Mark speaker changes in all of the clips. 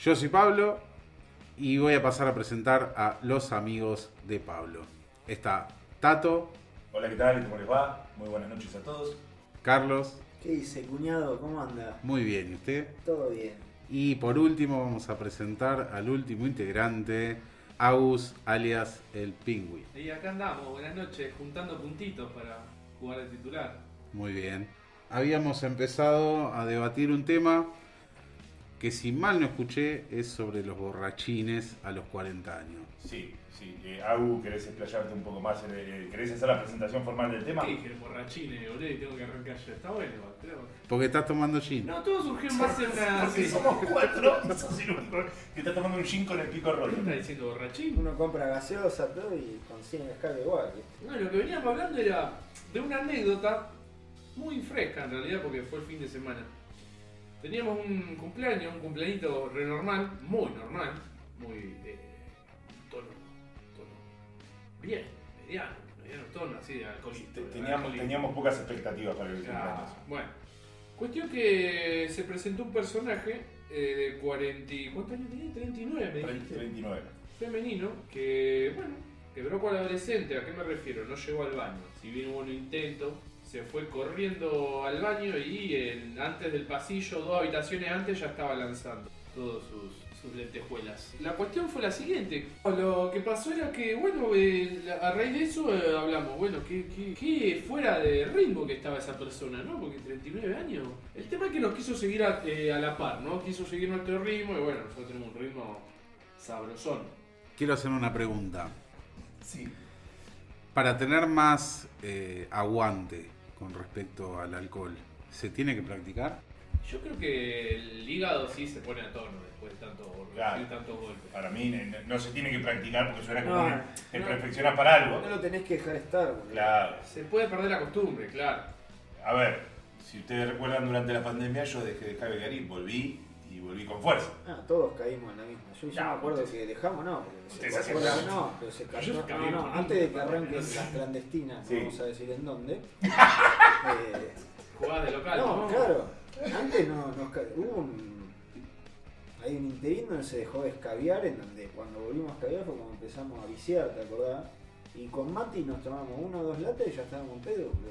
Speaker 1: Yo soy Pablo y voy a pasar a presentar a los amigos de Pablo. Está Tato,
Speaker 2: Hola, ¿qué tal? ¿Cómo les va? Muy buenas noches a todos.
Speaker 1: Carlos,
Speaker 3: ¿Qué dice, cuñado? ¿Cómo anda?
Speaker 1: muy bien, ¿y usted?
Speaker 3: Todo bien.
Speaker 1: Y por último vamos a presentar al último integrante, Agus, alias el Pingüi.
Speaker 4: Y acá andamos, buenas noches, juntando puntitos para jugar al titular.
Speaker 1: Muy bien. Habíamos empezado a debatir un tema que si mal no escuché es sobre los borrachines a los 40 años.
Speaker 2: Sí, sí. Eh, Agu, ¿querés explayarte un poco más? Eh, eh, ¿Querés hacer la presentación formal del tema?
Speaker 4: ¿Qué dije? Borrachine, boludo, y tengo que arrancar yo. Está bueno, creo.
Speaker 1: Porque estás tomando gin.
Speaker 4: No, todo surgió en base a
Speaker 3: Ah,
Speaker 4: una.
Speaker 2: Ah, Porque
Speaker 4: sí.
Speaker 2: somos cuatro. sos el único que está tomando un gin con el pico
Speaker 4: ¿Por
Speaker 2: roto.
Speaker 4: qué está diciendo borrachín?
Speaker 3: Uno compra gaseosa, todo y consigue mezclar igual. ¿viste?
Speaker 4: No, lo que veníamos hablando era de una anécdota muy fresca en realidad, porque fue el fin de semana. Teníamos un cumpleaños, un cumpleañito re normal, muy normal, muy de tono, tono bien, mediano, mediano tono, así de alcoholista.
Speaker 2: Te-
Speaker 4: de
Speaker 2: Teníamos,
Speaker 4: alcoholista.
Speaker 2: teníamos pocas expectativas para el
Speaker 4: Ah,
Speaker 2: cumpleaños.
Speaker 4: bueno, cuestión que se presentó un personaje eh, de 40. y- ¿Cuántos años tenía? 39, me
Speaker 2: Tre-
Speaker 4: dijiste.
Speaker 2: 39.
Speaker 4: Femenino, que, bueno, que broco al adolescente. ¿A qué me refiero? No llegó al baño. Si bien hubo un intento, se fue corriendo al baño y en- antes del pasillo, dos habitaciones antes, ya estaba lanzando todos sus, sus lentejuelas. La cuestión fue la siguiente. Lo que pasó era que, bueno, eh, la- a raíz de eso eh, hablamos, bueno, ¿qué, qué, qué fuera de ritmo que estaba esa persona, ¿no? Porque 39 años. El tema es que nos quiso seguir a, eh, a la par, ¿no? Quiso seguir nuestro ritmo y bueno, nosotros tenemos un ritmo sabrosón.
Speaker 1: Quiero hacer una pregunta.
Speaker 2: Sí.
Speaker 1: Para tener más eh, aguante con respecto al alcohol, ¿se tiene que practicar?
Speaker 4: Yo creo que el hígado sí se pone a tono después de tanto,
Speaker 2: Claro.
Speaker 4: recibir tantos golpes.
Speaker 2: Para mí no, no se tiene que practicar porque suena como
Speaker 3: No,
Speaker 2: que te
Speaker 4: no.
Speaker 2: perfeccionas para algo.
Speaker 3: No lo tenés que dejar estar, boludo.
Speaker 2: Claro.
Speaker 4: Se puede perder la costumbre, claro.
Speaker 2: A ver, si ustedes recuerdan durante la pandemia yo dejé de caer y volví y volví con fuerza.
Speaker 3: Ah, todos caímos en la misma. Yo ya
Speaker 2: No,
Speaker 3: me acuerdo
Speaker 2: ustedes-
Speaker 3: que dejamos, no. porque
Speaker 2: ustedes
Speaker 3: se
Speaker 2: hacían
Speaker 3: Coca-Cola
Speaker 2: eso.
Speaker 3: no, pero se
Speaker 4: Pero yo
Speaker 3: cayó- No,
Speaker 4: caí
Speaker 3: no,
Speaker 4: en-
Speaker 3: antes de que arranquen las clandestinas,
Speaker 2: Sí.
Speaker 3: no vamos a decir en dónde. eh,
Speaker 4: Jugás de local, ¿no?
Speaker 3: no, claro. Antes no, nos ca- hubo un. Hay un interín donde se dejó de escabiar, en donde cuando volvimos a escabiar fue cuando empezamos a viciar, ¿te acordás? Y con Mati nos tomamos una o dos latas y ya estábamos en pedo, boludo.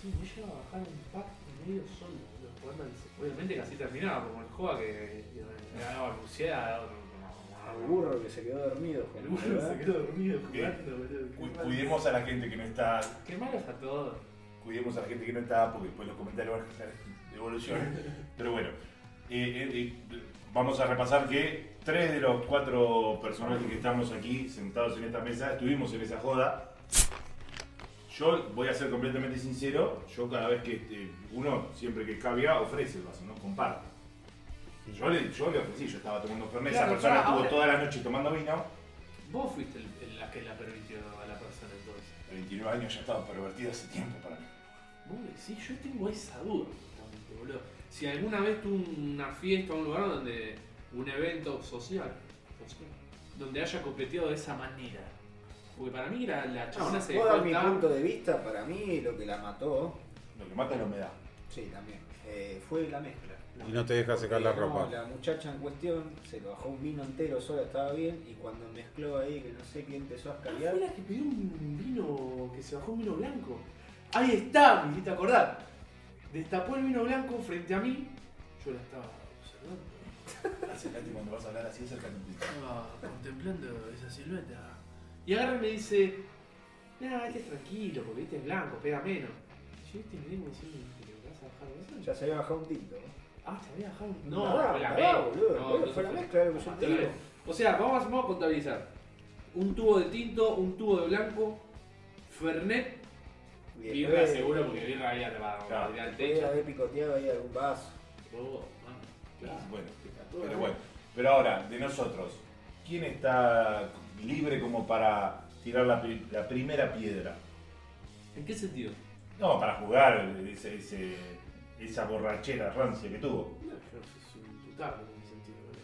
Speaker 4: Sí, yo llegaba a bajar un pack y medio solo, boludo, jugando al- Obviamente casi terminaba, como el juego que le daba luciada.
Speaker 3: El burro que se quedó dormido,
Speaker 4: Ah, El
Speaker 3: Juan,
Speaker 4: burro
Speaker 3: ¿verdad?
Speaker 4: se quedó dormido
Speaker 2: Ok.
Speaker 4: jugando, boludo.
Speaker 2: Cu-
Speaker 4: Qué mal-
Speaker 2: Cuidemos a la gente que no está
Speaker 4: Qué malos a todos.
Speaker 2: cuidemos a la gente que no está, porque después los comentarios van a estar evoluciones. Pero bueno, eh, eh, eh, vamos a repasar que tres de los cuatro personajes que estamos aquí sentados en esta mesa estuvimos en esa joda. Yo voy a ser completamente sincero, yo cada vez que este, uno, siempre que cabia, ofrece el vaso, no comparte. Yo le, yo le ofrecí, yo estaba tomando fernet, esa
Speaker 4: Claro,
Speaker 2: persona
Speaker 4: ya,
Speaker 2: estuvo
Speaker 4: ahora-
Speaker 2: toda la noche tomando vino,
Speaker 4: Vos fuiste el- el- la que la permitió a la persona entonces.
Speaker 2: a 29 años ya estaba pervertido hace tiempo para mí.
Speaker 4: Vos decís, yo tengo esa duda, justamente, boludo. Si alguna vez tuve una fiesta o un lugar donde. un evento social, social, donde haya copeteado de esa manera. Porque para mí la, la
Speaker 3: No,
Speaker 4: chabona se
Speaker 3: puedo
Speaker 4: dejó
Speaker 3: dar mi
Speaker 4: estar-
Speaker 3: punto de vista, para mí lo que la mató,
Speaker 2: Lo que mata es la humedad.
Speaker 3: sí, también, eh, fue la mezcla.
Speaker 1: Y no te deja secar la
Speaker 3: Eh, no,
Speaker 1: ropa.
Speaker 3: La muchacha en cuestión se lo bajó un vino entero, sola estaba bien, y cuando mezcló ahí, que no sé qué empezó a
Speaker 4: Ah, fue
Speaker 3: escabiar,
Speaker 4: la que pidió un vino, que se bajó un vino blanco. Ahí está, me hiciste acordar. Destapó el vino blanco frente a mí. Yo la estaba observando. ¿eh?
Speaker 2: Acércate cuando vas a hablar así, acércate un poquito.
Speaker 4: Estaba contemplando esa silueta. Y agarra y me dice, nah, este es tranquilo, porque este es blanco, pega menos. Yo este me vengo diciendo que me vas a bajar de eso.
Speaker 3: ya se había bajado un tinto.
Speaker 4: Ah, te había bajado un...
Speaker 3: Pará,
Speaker 4: fue
Speaker 3: pará,
Speaker 4: la mezcla.
Speaker 3: boludo,
Speaker 4: No,
Speaker 3: boludo,
Speaker 4: entonces
Speaker 3: fue la mezcla, era lo que yo te
Speaker 4: la
Speaker 3: digo.
Speaker 4: O sea, vamos, vamos a contabilizar. Un tubo de tinto, un tubo de blanco, Fernet,
Speaker 3: Y
Speaker 4: birra seguro porque birra había te va
Speaker 2: Claro.
Speaker 4: a tirar al
Speaker 3: podía
Speaker 4: techo.
Speaker 3: haber picoteado ahí algún vaso.
Speaker 4: Vos, mano, claro.
Speaker 2: Bueno, pero bueno. Pero ahora, de nosotros, ¿quién está libre como para tirar la, pri- la primera piedra?
Speaker 4: ¿En qué sentido?
Speaker 2: No, para jugar ese, ese- esa borrachera rancia que tuvo.
Speaker 4: No, yo soy un tutardo en ese sentido. boludo.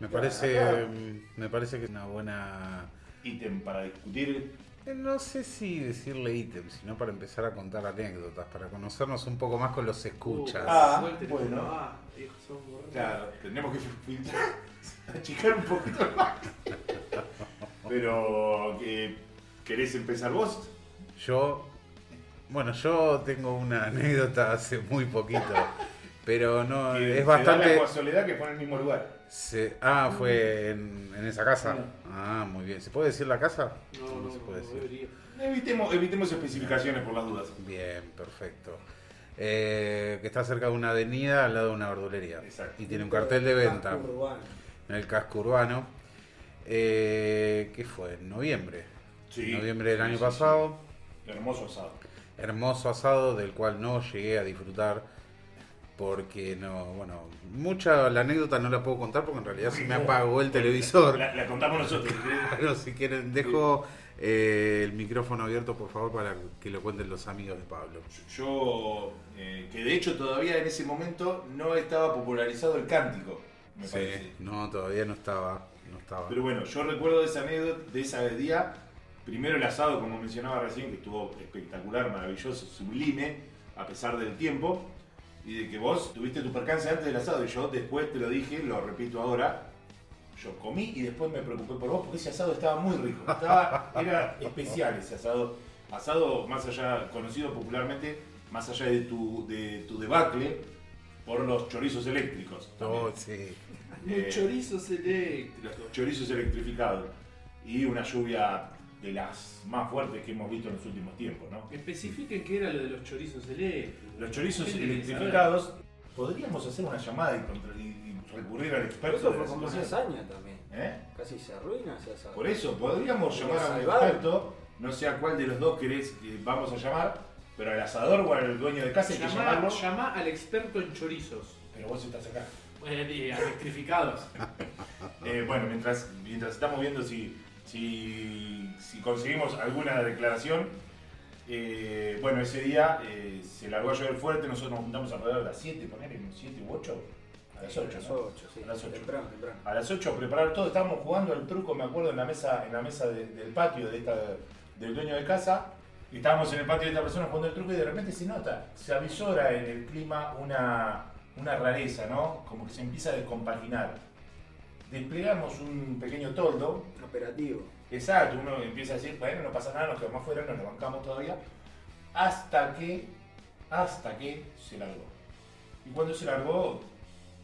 Speaker 1: Me
Speaker 3: Claro,
Speaker 1: parece,
Speaker 3: claro.
Speaker 1: mm, me parece que es una buena eh,
Speaker 2: Ítem para discutir
Speaker 1: No sé si decirle ítem, sino para empezar a contar anécdotas, para conocernos un poco más con los escuchas.
Speaker 4: Uh,
Speaker 2: Ah,
Speaker 4: igual te-
Speaker 2: bueno.
Speaker 4: Ah, hijo, sos borracho.
Speaker 2: Claro, tenemos que filtrar, achicar un poquito más. Pero, eh, ¿querés empezar vos?
Speaker 1: Yo, bueno, yo tengo una anécdota hace muy poquito, pero no,
Speaker 2: Que
Speaker 1: Ah, es
Speaker 2: se Da la
Speaker 1: bastante...
Speaker 2: casualidad que fue en el mismo lugar.
Speaker 1: se- ah, fue en, en esa casa.
Speaker 2: Sí.
Speaker 1: Ah, muy bien. ¿Se puede decir la casa?
Speaker 4: No, no, no,
Speaker 1: se puede
Speaker 4: no
Speaker 1: decir.
Speaker 4: debería.
Speaker 2: Evitemos, evitemos especificaciones por las dudas.
Speaker 1: Bien, perfecto. Eh, que está cerca de una avenida al lado de una verdulería.
Speaker 2: Exacto.
Speaker 1: Y tiene un cartel de venta
Speaker 3: Casco urbano.
Speaker 1: en el casco urbano. Eh, ¿Qué fue? En noviembre.
Speaker 2: Sí.
Speaker 1: Noviembre del año
Speaker 2: Sí, sí,
Speaker 1: pasado.
Speaker 2: sí. Hermoso asado.
Speaker 1: Hermoso asado del cual no llegué a disfrutar. Porque no, bueno, mucha la anécdota no la puedo contar porque en realidad se me apagó el televisor.
Speaker 2: La, la contamos nosotros. ¿sí?
Speaker 1: Claro, si quieren, dejo eh, el micrófono abierto por favor para que lo cuenten los amigos de Pablo.
Speaker 2: Yo, eh, que de hecho todavía en ese momento no estaba popularizado el cántico, me parece.
Speaker 1: Sí, no, todavía no estaba. No estaba.
Speaker 2: Pero bueno, yo recuerdo de esa anécdota, de ese día, primero el asado, como mencionaba recién, que estuvo espectacular, maravilloso, sublime, a pesar del tiempo, y de que vos tuviste tu percance antes del asado, y yo después te lo dije, lo repito ahora, yo comí y después me preocupé por vos, porque ese asado estaba muy rico, estaba, era especial ese asado, asado más allá, conocido popularmente, más allá de tu, de tu debacle, por los chorizos eléctricos.
Speaker 1: No,
Speaker 2: también.
Speaker 1: sí.
Speaker 4: Mi
Speaker 2: Eh,
Speaker 4: chorizo selecto.
Speaker 2: los chorizos electrificados y una lluvia de las más fuertes que hemos visto en los últimos tiempos, ¿no?
Speaker 4: Especifiquen qué era lo de los chorizos eléctricos.
Speaker 2: Los chorizos
Speaker 4: ¿Qué tiene que
Speaker 2: electrificados, podríamos hacer una llamada y, contra- y- y recurrir al
Speaker 3: Pero
Speaker 2: experto. de
Speaker 3: eso
Speaker 2: la
Speaker 3: fue como una
Speaker 2: situación.
Speaker 3: hazaña también.
Speaker 2: ¿Eh?
Speaker 3: Casi se arruina ese asado.
Speaker 2: Por eso, podríamos
Speaker 3: Lo
Speaker 2: llamar a un
Speaker 3: salvaron.
Speaker 2: experto, no sé a cuál de los dos querés que vamos a llamar, pero al asador o al dueño de casa hay que
Speaker 4: Llamá,
Speaker 2: llamarlo.
Speaker 4: llamá al experto en chorizos.
Speaker 2: Pero vos estás acá.
Speaker 4: Bueno, y a electrificados.
Speaker 2: Eh, bueno, mientras, mientras estamos viendo si, si, si conseguimos alguna declaración, eh, bueno, ese día eh, se largó a llover fuerte, nosotros nos juntamos alrededor de las 7, poner 7 u 8, a las 8,
Speaker 3: Las
Speaker 2: ¿no?
Speaker 3: ocho, sí.
Speaker 2: A las 8.
Speaker 3: Temprano, temprano.
Speaker 2: A las 8 a preparar todo, estábamos jugando al truco, me acuerdo, en la mesa, en la mesa de- del patio de esta, del dueño de casa. y Estábamos en el patio de esta persona jugando el truco y de repente se nota, se avisora en el clima una, una rareza, ¿no? Como que se empieza a descompaginar. Desplegamos un pequeño toldo,
Speaker 3: Operativo.
Speaker 2: exacto, uno empieza a decir, bueno, no pasa nada, nos quedamos fuera, nos lo bancamos todavía, hasta que, hasta que se largó. Y cuando se largó,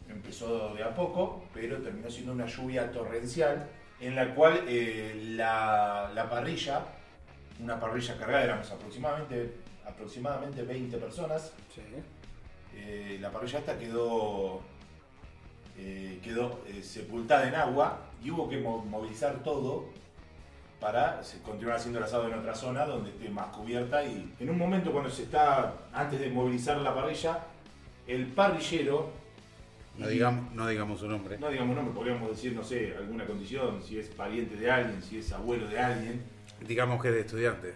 Speaker 2: empezó de a poco, pero terminó siendo una lluvia torrencial en la cual eh, la, la parrilla, una parrilla cargada, éramos aproximadamente, aproximadamente 20 personas,
Speaker 3: Sí.
Speaker 2: eh, la parrilla esta quedó, eh, quedó eh, sepultada en agua y hubo que mo- movilizar todo para se- continuar haciendo el asado en otra zona donde esté más cubierta y en un momento cuando se está antes de movilizar la parrilla el parrillero
Speaker 1: No digamos, no digamos su nombre.
Speaker 2: no digamos nombre podríamos decir no sé alguna condición si es pariente de alguien si es abuelo de alguien
Speaker 1: Digamos que es de estudiante.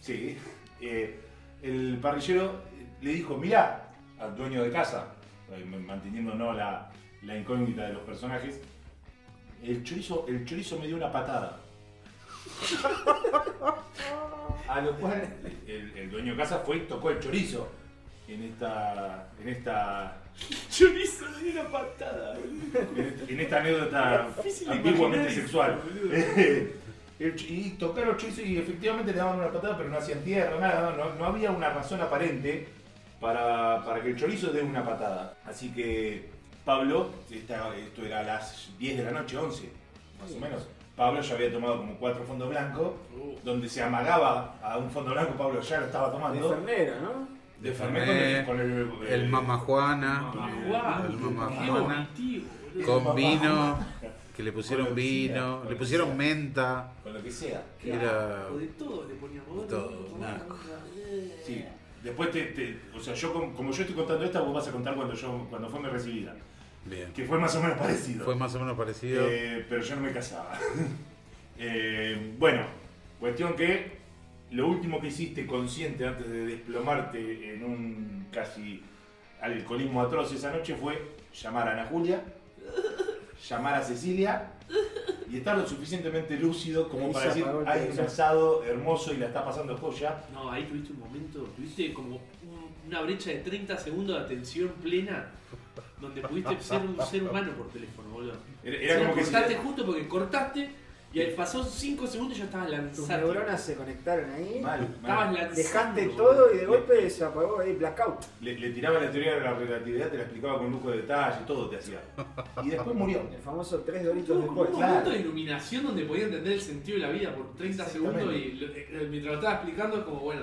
Speaker 2: Sí. eh, el parrillero le dijo, mirá, al dueño de casa, eh, manteniendo no la, la incógnita de los personajes, el chorizo, el chorizo me dio una patada. A lo cual el, el dueño de casa fue y tocó el chorizo en esta, en esta,
Speaker 4: chorizo de una patada, boludo.
Speaker 2: en esta anécdota
Speaker 4: Difícil
Speaker 2: ambiguamente
Speaker 4: imaginar eso,
Speaker 2: sexual. Eh,
Speaker 4: boludo.
Speaker 2: El ch- y tocaron chorizo y efectivamente le daban una patada, pero no hacían tierra, nada, no, no había una razón aparente para, para que el chorizo dé una patada. Así que Pablo, esta- esto era a las 10 de la noche, 11, más o menos. Pablo ya había tomado como cuatro fondos blancos,
Speaker 4: Uh.
Speaker 2: donde se amagaba a un fondo blanco, Pablo ya lo estaba
Speaker 3: De
Speaker 2: tomando.
Speaker 3: Fernera, ¿no?
Speaker 2: De Fernet con el- con el, eh,
Speaker 1: El Mama Juana.
Speaker 4: Mamá
Speaker 1: El Mamá
Speaker 4: Qué
Speaker 1: Juana.
Speaker 4: vomitivo, boludo.
Speaker 1: Con
Speaker 2: Mamá
Speaker 1: vino.
Speaker 2: Juana.
Speaker 1: Que le pusieron
Speaker 2: Con lo que sea,
Speaker 1: vino. Le
Speaker 2: con lo que
Speaker 1: pusieron
Speaker 2: sea.
Speaker 1: menta.
Speaker 2: con lo que sea.
Speaker 4: Qué
Speaker 1: Era-
Speaker 4: asco, De todo le poníamos. boludo,
Speaker 1: todo,
Speaker 4: no
Speaker 1: un
Speaker 4: tomaba
Speaker 1: asco.
Speaker 4: nada.
Speaker 2: Sí. Después te, te- o sea, yo como, como yo estoy contando esta, vos vas a contar cuando yo cuando fue mi recibida,
Speaker 1: Bien.
Speaker 2: que fue más o menos parecido.
Speaker 1: Fue más o menos parecido.
Speaker 2: Eh, pero yo no me casaba. Eh, bueno, cuestión que lo último que hiciste consciente antes de desplomarte en un casi alcoholismo atroz esa noche fue llamar a Ana Julia, llamar a Cecilia y estar lo suficientemente lúcido como
Speaker 3: Ahí
Speaker 2: para
Speaker 3: se
Speaker 2: decir,
Speaker 3: apagó el
Speaker 2: hay un
Speaker 3: televisor".
Speaker 2: asado hermoso y la está pasando joya.
Speaker 5: No, ahí tuviste un momento, tuviste como un- una brecha de 30 segundos de atención plena donde pudiste ser un ser humano por teléfono, boludo.
Speaker 2: Era,
Speaker 5: Era
Speaker 2: era como que si-
Speaker 5: cortaste justo porque cortaste y al- pasó 5 segundos y ya estabas
Speaker 3: Tus
Speaker 5: lanzando.
Speaker 3: neuronas se conectaron ahí.
Speaker 2: Mal,
Speaker 5: Estabas
Speaker 2: mal.
Speaker 5: lanzando.
Speaker 3: Dejaste
Speaker 5: boludo.
Speaker 3: todo y de golpe se apagó ahí, blackout.
Speaker 2: Le, le tiraba la teoría de la relatividad, te la explicaba con lujo de detalle, todo te hacía. Y después murió.
Speaker 3: El famoso tres
Speaker 5: Tuvo
Speaker 3: doritos
Speaker 5: como un
Speaker 3: después.
Speaker 2: claro.
Speaker 5: momento de iluminación donde podía entender el sentido de la vida por 30 segundos y lo- eh, mientras lo estaba explicando es como bueno.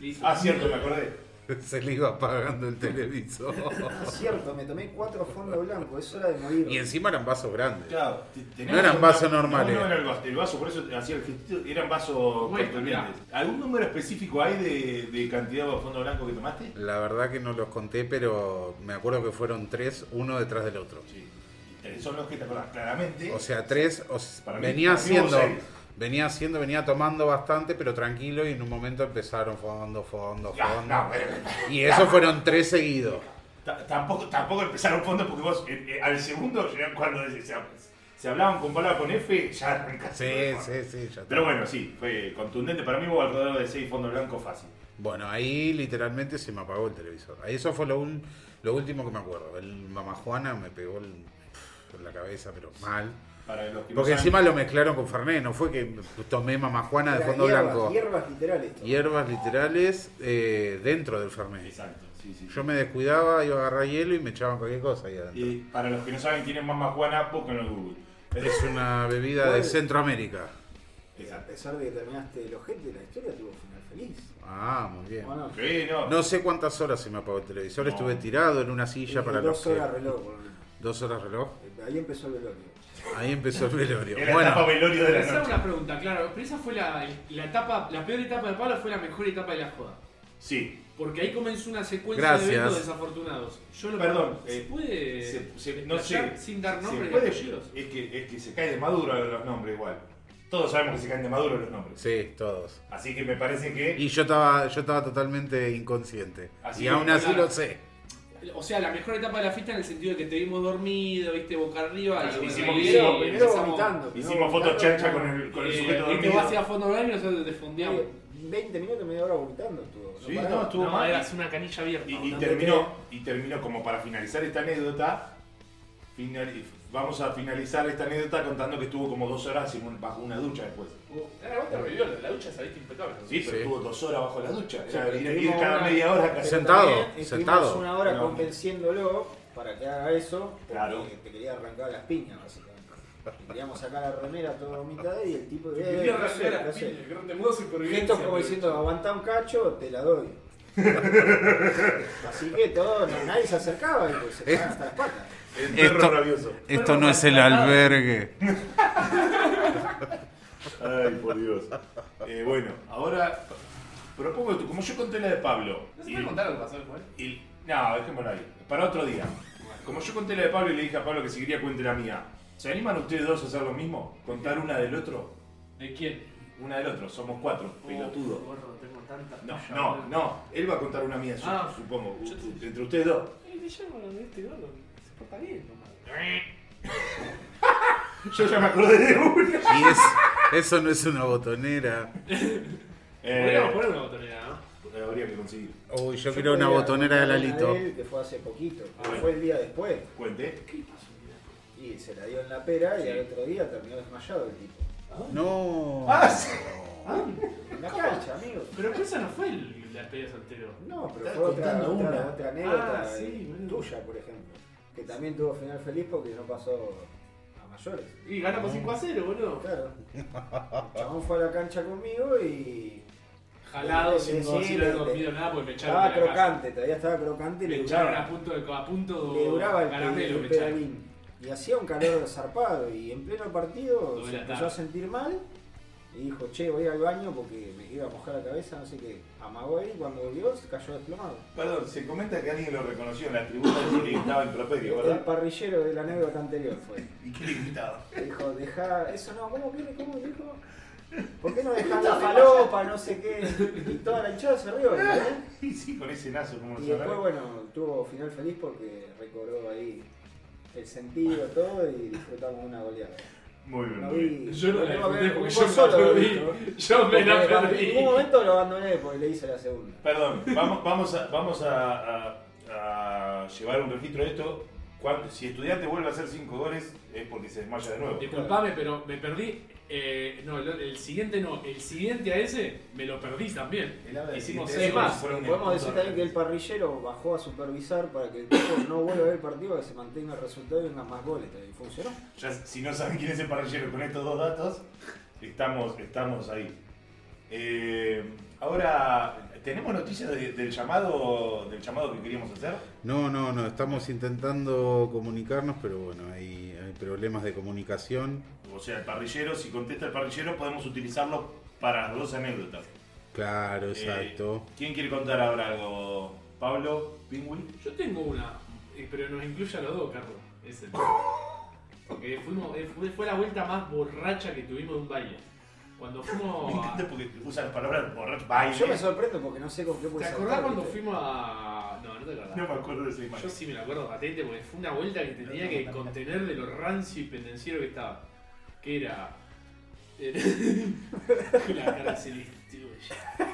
Speaker 5: listo.
Speaker 2: Ah, cierto, me acordé.
Speaker 1: Se le iba apagando el televisor.
Speaker 3: Es cierto, me tomé cuatro fondos blancos, es hora de morir.
Speaker 1: Y encima eran vasos grandes.
Speaker 2: Claro, te- teníamos
Speaker 1: No eran
Speaker 2: un-
Speaker 1: vasos normales.
Speaker 2: No, no era el vaso, el vaso, por eso hacía el gestito, eran vasos
Speaker 5: Bueno,
Speaker 2: contundentes. ¿Algún número específico hay de, de cantidad de fondo blanco que tomaste?
Speaker 1: La verdad que no los conté, pero me acuerdo que fueron tres, uno detrás del otro.
Speaker 2: Sí. Y tres son los que te acordás claramente.
Speaker 1: O sea, tres, o s-
Speaker 2: Para mí,
Speaker 1: venía
Speaker 2: para mí hubo
Speaker 1: haciendo,
Speaker 2: seis.
Speaker 1: venía haciendo, venía tomando bastante, pero tranquilo, y en un momento empezaron fondo, fondo,
Speaker 2: Ah,
Speaker 1: fondo.
Speaker 2: no, pero-
Speaker 1: Y eso fueron tres seguidos.
Speaker 2: Ta- Tampoco, tampoco empezaron fondo porque vos eh, eh, al segundo, ya cuando se, se- se hablaban con palabras con F, ya arrancaste. con el
Speaker 1: Sí, sí,
Speaker 2: fondo.
Speaker 1: sí, ya está.
Speaker 2: Pero bueno, sí, fue contundente. Para mí hubo alrededor de 6 fondos blancos fácil.
Speaker 1: Bueno, ahí literalmente se me apagó el televisor. Ahí eso fue lo, un- lo último que me acuerdo. El mamá Juana me pegó el- pf, en la cabeza, pero mal.
Speaker 2: Para los que no
Speaker 1: Porque
Speaker 2: saben,
Speaker 1: encima lo mezclaron con Fernet, no fue que tomé mamá Juana de
Speaker 3: Era
Speaker 1: fondo
Speaker 3: hierbas,
Speaker 1: blanco.
Speaker 3: Hierbas literal esto.
Speaker 1: Hierbas literales eh, dentro del Fernet.
Speaker 2: Exacto, sí, sí.
Speaker 1: Yo me descuidaba, iba a agarrar hielo y me echaban cualquier cosa ahí adentro.
Speaker 2: Y para los que no saben quién es Mamá Juana, busquen en Google.
Speaker 1: Es una bebida de
Speaker 3: ¿Cuál?
Speaker 1: Centroamérica.
Speaker 3: Y A pesar de que terminaste el ojete, la historia tuvo final feliz.
Speaker 1: Ah, muy bien.
Speaker 3: ¿O no?
Speaker 2: Sí, no.
Speaker 1: No sé cuántas horas se me apagó el televisor,
Speaker 2: No.
Speaker 1: estuve tirado en una
Speaker 3: Y
Speaker 1: silla para los
Speaker 3: eh, dos
Speaker 1: que-
Speaker 3: horas reloj, por lo menos.
Speaker 1: Dos horas reloj.
Speaker 3: Ahí empezó el velorio.
Speaker 1: Ahí empezó el velorio.
Speaker 2: Era la etapa
Speaker 1: Bueno,
Speaker 2: velorio de
Speaker 5: Pero
Speaker 2: la
Speaker 5: esa es
Speaker 2: noche.
Speaker 5: una pregunta, claro. Pero esa fue la, la etapa, la peor etapa de Pablo fue la mejor etapa de la joda.
Speaker 2: Sí,
Speaker 5: Porque ahí comenzó una secuencia
Speaker 1: Gracias.
Speaker 5: de eventos desafortunados. Yo lo
Speaker 2: Perdón,
Speaker 5: ¿Se
Speaker 2: eh,
Speaker 5: puede
Speaker 2: se- se- no
Speaker 5: explayar
Speaker 2: sé.
Speaker 5: sin dar
Speaker 2: se
Speaker 5: nombres y
Speaker 2: puede-
Speaker 5: apellidos?
Speaker 2: es, que, es que se cae de maduro los nombres igual. Todos sabemos que se caen de maduro los nombres.
Speaker 1: sí, todos.
Speaker 2: Así que me parece que...
Speaker 1: Y yo estaba, yo estaba totalmente inconsciente.
Speaker 2: Así
Speaker 1: y aún
Speaker 2: que,
Speaker 1: así
Speaker 5: claro.
Speaker 1: lo sé.
Speaker 5: O sea, la mejor etapa de la fiesta en el sentido de que te vimos dormido, viste boca arriba.
Speaker 2: Claro,
Speaker 5: y
Speaker 2: hicimos-
Speaker 5: y-
Speaker 2: hicimos-
Speaker 5: y
Speaker 2: primero
Speaker 5: empezamos-
Speaker 2: Hicimos fotos chancha con el, con el
Speaker 5: eh,
Speaker 2: sujeto
Speaker 5: Viste, vos
Speaker 2: dormido.
Speaker 5: hacías fondo blanco y nosotros te fondeamos.
Speaker 3: 20 Eh, minutos, media hora vomitando estuvo.
Speaker 2: Sí,
Speaker 3: paraba.
Speaker 2: no, estuvo
Speaker 5: No,
Speaker 2: mal.
Speaker 5: eras una canilla abierta.
Speaker 2: Y, y
Speaker 5: boludo.
Speaker 2: terminó, y terminó como para finalizar esta anécdota. final- vamos a finalizar esta anécdota contando que estuvo como dos horas en un- bajo una ducha después.
Speaker 4: Era vos te revivió, la ducha saliste impecable.
Speaker 2: Sí, pero
Speaker 1: Sí.
Speaker 2: estuvo dos horas bajo la ducha.
Speaker 3: Sí,
Speaker 2: Era
Speaker 3: pero
Speaker 2: ir, ir
Speaker 3: estuvimos
Speaker 2: cada
Speaker 3: una-
Speaker 2: media hora
Speaker 3: pero
Speaker 2: casi.
Speaker 1: Sentado,
Speaker 3: también estuvimos
Speaker 1: sentado.
Speaker 3: una hora
Speaker 2: No.
Speaker 3: convenciéndolo para que haga eso. porque
Speaker 2: Claro.
Speaker 3: Te quería arrancar las piñas, básicamente. Le queríamos sacar la remera todo vomitado y el tipo de. Eh,
Speaker 4: Te quería arrancar las piñas, creo que te mudó supervivencia.
Speaker 3: Gestos como
Speaker 4: pero-
Speaker 3: diciendo, aguantá un cacho, te la doy. Así que todo, no- nadie se acercaba y pues se
Speaker 1: Es-
Speaker 3: sacaban hasta las patas.
Speaker 2: El
Speaker 1: Esto-
Speaker 2: perro rabioso.
Speaker 1: Esto no es el albergue.
Speaker 2: Ay, por Dios. Eh, bueno, ahora propongo tú, como yo conté la de Pablo.
Speaker 4: ¿No se
Speaker 2: y-
Speaker 4: puede contar lo que pasó después?
Speaker 2: y- no, dejémoslo ahí. Para otro día. Como yo conté la de Pablo y le dije a Pablo que si quería cuente la mía. ¿Se animan ustedes dos a hacer lo mismo? ¿Contar una del otro?
Speaker 5: ¿De quién?
Speaker 2: Una del otro, somos cuatro,
Speaker 5: Oh,
Speaker 2: pelotudo.
Speaker 5: gordo, tengo tanta
Speaker 2: No,
Speaker 5: puya,
Speaker 2: no,
Speaker 5: boludo.
Speaker 2: no. Él va a contar una mía, su-
Speaker 5: Ah.
Speaker 2: supongo.
Speaker 5: Yo te-
Speaker 2: Entre ustedes dos.
Speaker 5: Ay, te llamo a este gordo, se porta bien, nomás.
Speaker 2: Yo ya me acordé de una.
Speaker 1: Y es, eso no es una botonera.
Speaker 2: Eh,
Speaker 5: Podríamos poner una botonera, ¿no?
Speaker 2: habría que conseguir.
Speaker 1: Uy, yo quiero una botonera de
Speaker 3: la
Speaker 1: Lalito.
Speaker 3: él, que fue hace poquito,
Speaker 5: Ah,
Speaker 3: que
Speaker 2: bueno.
Speaker 3: fue el día después.
Speaker 2: Cuente.
Speaker 3: Y se la dio en la pera y
Speaker 2: Sí.
Speaker 3: al otro día terminó desmayado el tipo.
Speaker 1: No.
Speaker 2: Ah, sí.
Speaker 3: En la cancha, amigo.
Speaker 5: Pero que esa no fue el- la despedida soltero.
Speaker 3: No, pero
Speaker 2: Estás
Speaker 3: fue otra,
Speaker 2: contando
Speaker 3: otra,
Speaker 2: una.
Speaker 3: otra anécdota
Speaker 5: Ah,
Speaker 3: de-
Speaker 5: sí, boludo.
Speaker 3: tuya, por ejemplo. Que también tuvo final feliz porque no pasó a mayores.
Speaker 5: Y ganamos 5 a 0, boludo.
Speaker 3: Claro. El chabón fue a la cancha conmigo y
Speaker 5: Jalado,
Speaker 3: Sí,
Speaker 5: sin
Speaker 3: sí,
Speaker 5: dormir,
Speaker 3: le-
Speaker 5: no dormido nada porque me echaron
Speaker 3: estaba
Speaker 5: de la casa.
Speaker 3: crocante, todavía estaba crocante y
Speaker 5: Me
Speaker 3: le
Speaker 5: echaron a
Speaker 3: duraba,
Speaker 5: punto de a punto
Speaker 3: le duraba el,
Speaker 5: caramelo,
Speaker 3: el
Speaker 5: me echaron.
Speaker 3: pedalín. Y hacía un calor zarpado y en pleno partido
Speaker 5: Dos de
Speaker 3: se
Speaker 5: la
Speaker 3: empezó
Speaker 5: tarde.
Speaker 3: a sentir mal y dijo, che, voy al baño porque me iba a mojar la cabeza, no sé qué. Amagó ahí y cuando volvió se cayó desplomado.
Speaker 2: Perdón, se comenta que alguien lo reconoció en la tribuna de que estaba en propedio,
Speaker 3: El
Speaker 2: ¿verdad?
Speaker 3: parrillero de la anécdota anterior fue.
Speaker 2: ¿Y qué le gritaba?
Speaker 3: Dijo, dejá, eso no, ¿cómo que cómo dijo? ¿Por qué no dejás la falopa, no sé qué? Y toda la hinchada se rió, ¿eh?
Speaker 2: Y sí, con ese nazo, como lo
Speaker 3: Y después,
Speaker 2: sabrá.
Speaker 3: bueno, tuvo final feliz porque recobró ahí el sentido, todo y disfrutamos una goleada.
Speaker 2: Muy bien,
Speaker 3: La
Speaker 2: muy bien.
Speaker 3: vi.
Speaker 5: Yo no la disfruté porque
Speaker 3: Vos
Speaker 5: yo me
Speaker 3: solo
Speaker 5: la
Speaker 3: la
Speaker 5: perdí.
Speaker 3: viste.
Speaker 5: Yo me la
Speaker 3: Porque En
Speaker 5: perdí.
Speaker 3: ningún momento lo abandoné porque le hice la segunda.
Speaker 2: Perdón, vamos, vamos, a, vamos a, a- a llevar un registro de esto. Cuando- si estudiante vuelve a hacer 5 goles, es porque se desmaya de nuevo.
Speaker 4: Disculpame, pero me perdí. eh, no, el, el siguiente no. El siguiente a ese me lo perdí también.
Speaker 2: Él habla del
Speaker 4: Hicimos
Speaker 2: siguiente,
Speaker 4: seis
Speaker 2: eso
Speaker 4: más.
Speaker 2: fue un
Speaker 3: Podemos decir
Speaker 2: punto
Speaker 3: también que el parrillero bajó a supervisar para que el equipo no vuelva a ver el partido, que se mantenga el resultado y venga más goles. Y funcionó.
Speaker 2: Ya, si no saben quién es el parrillero con estos dos datos, estamos, estamos ahí. Eh, ahora, ¿tenemos noticias de- del, llamado, del llamado que queríamos hacer?
Speaker 1: No, no, no, estamos intentando comunicarnos, pero bueno, hay, hay problemas de comunicación.
Speaker 2: O sea, el parrillero, si contesta el parrillero, podemos utilizarlo para las dos anécdotas.
Speaker 1: Claro,
Speaker 2: Eh,
Speaker 1: exacto.
Speaker 2: ¿Quién quiere contar ahora algo? ¿Pablo? ¿Pingüi?
Speaker 4: Yo tengo una, eh, pero nos incluye a los dos, Carlos. Ese. Porque fuimos, eh, fue, fue la vuelta más borracha que tuvimos de un baile. Cuando
Speaker 2: Me
Speaker 4: fuimos a,
Speaker 2: encanta porque usa las palabras borracho. Baile.
Speaker 3: Yo me sorprendo porque no sé con qué
Speaker 4: ¿Te
Speaker 3: puede
Speaker 4: acordás
Speaker 3: saltar,
Speaker 4: cuando
Speaker 3: ¿viste?
Speaker 4: fuimos a.? No, no te acordás.
Speaker 2: No me acuerdo de esa imagen.
Speaker 4: Yo sí me la acuerdo patente porque fue una vuelta que tenía que contener de lo rancio y pendenciero que estaba. Que era. era- la cara celeste, güey.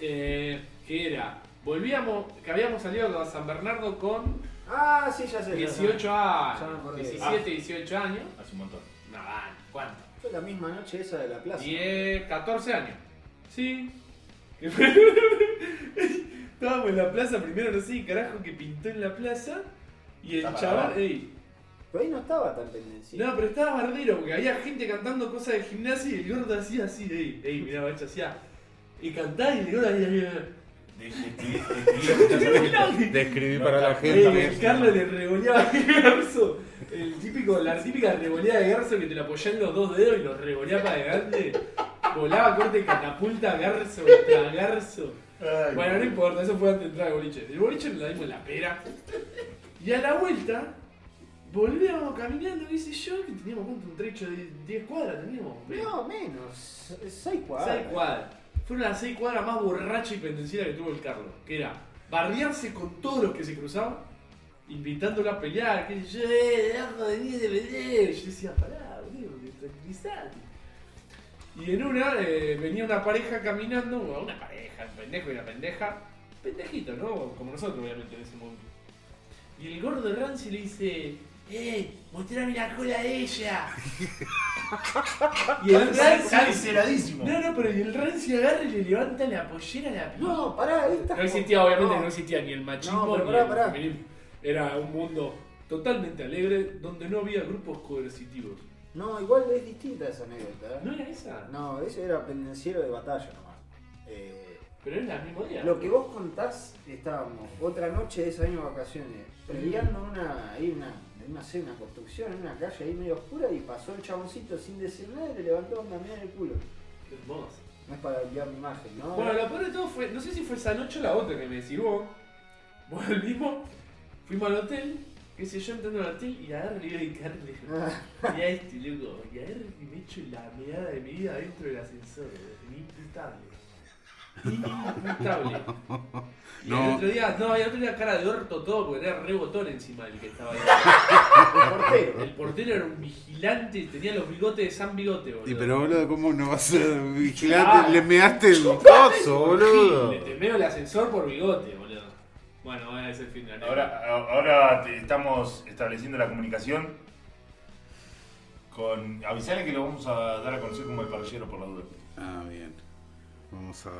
Speaker 4: Eh, Que era. Volvíamos, que habíamos salido a San Bernardo con
Speaker 3: Ah, sí, ya sé. ya sé.
Speaker 4: 18
Speaker 3: Ya me
Speaker 4: años.
Speaker 3: acordé.
Speaker 4: 17, 18 años.
Speaker 2: Hace un montón.
Speaker 4: No, ¿cuánto?
Speaker 3: Fue la misma noche esa de la plaza.
Speaker 4: 10, 14 eh, años. Sí. Que fue- Estábamos en la plaza primero, no sé qué carajo que pintó en la plaza. Y el
Speaker 2: Está
Speaker 4: chaval,
Speaker 2: parado.
Speaker 4: ey,
Speaker 3: Pero ahí no estaba tan pendencia.
Speaker 4: no, pero estaba bardero porque había gente cantando cosas de gimnasia y el gordo hacía así, ey, ey, mirá, bacho, hacía. Y cantaba y el gordo hacía.
Speaker 2: Deje que- deje que-
Speaker 1: Describí
Speaker 2: no,
Speaker 1: para
Speaker 2: está-
Speaker 1: la
Speaker 4: Ey,
Speaker 1: gente.
Speaker 4: el Carlos le revoleaba el garzo. El típico, la típica revoleada de garzo que te la apoyaba en los dos dedos y los revoleaba para adelante. Volaba corte catapulta, garzo, contra garzo.
Speaker 2: Ay,
Speaker 4: Bueno, no importa, eso fue antes de entrar al boliche. El boliche nos la dimos en la pera. Y a la vuelta, volvíamos caminando, qué sé yo, que teníamos ¿cuánto? un trecho de 10 cuadras, teníamos.
Speaker 3: No, menos. Seis cuadras.
Speaker 4: 6 cuadras. Fueron las 6 cuadras más borracha y pendenciera que tuvo el Carlos. Que era bardearse con todos los que se cruzaban, invitándolo a pelear, que yo, eh, dejo de mí, de vender. Yo decía, pará, boludo, tranquilizate. Y en una eh, venía una pareja caminando, bueno, una pareja, un pendejo y una pendeja, pendejito, ¿no? Como nosotros, obviamente, en ese momento. Y el gordo Ranci le dice, ¡eh! ¡Mostrame la cola de ella! y el Ranci
Speaker 2: Sinceradísimo.
Speaker 4: no, no, pero y el rancio agarra y le levanta la pollera a la piba.
Speaker 3: No, pará, ahí estás
Speaker 4: No existía, obviamente, no,
Speaker 3: no
Speaker 4: existía ni el machismo
Speaker 3: No, pero
Speaker 4: ni
Speaker 3: pará,
Speaker 4: el
Speaker 3: pará.
Speaker 4: feminismo. Era un mundo totalmente alegre donde no había grupos coercitivos.
Speaker 3: No, igual es distinta esa anécdota.
Speaker 4: ¿No era esa?
Speaker 3: No, eso era pendenciero de batalla nomás. Eh,
Speaker 4: Pero era el mismo día.
Speaker 3: lo que vos contás, estábamos otra noche de ese año de vacaciones, peleando una, ahí una, en una, cena, una construcción, en una calle ahí medio oscura y pasó el chaboncito sin decir nada y le levantó una mierda en el culo.
Speaker 4: Qué hermoso.
Speaker 3: No es para enviar mi imagen, ¿no?
Speaker 4: Bueno, lo peor de todo fue, no sé si fue esa noche o la otra que me decís vos. Volvimos, fuimos al hotel, qué sé yo, entrando al hotel y agarro y le digo, "Ey, Carlos,
Speaker 3: Ah,
Speaker 4: mirá este loco, y agarro y me echo la meada de mi vida dentro del ascensor, boludo. inimputable. Inimputable. Y el
Speaker 1: No.
Speaker 4: otro día, no, y el otro día cara de orto todo, porque era re botón encima del que estaba ahí.
Speaker 3: el portero.
Speaker 4: El portero era un vigilante, tenía los bigotes de San Bigote, boludo.
Speaker 1: Y pero boludo, ¿cómo no vas a vigilante?
Speaker 4: Ah.
Speaker 1: Le measte el coso, boludo.
Speaker 4: Le temeo el ascensor por bigote, boludo. Bueno, ese es el fin de la anécdota.
Speaker 2: Ahora, ahora te- estamos estableciendo la comunicación con. Avisale que lo vamos a dar a conocer como el parrillero por la duda.
Speaker 1: Ah, bien. Vamos a.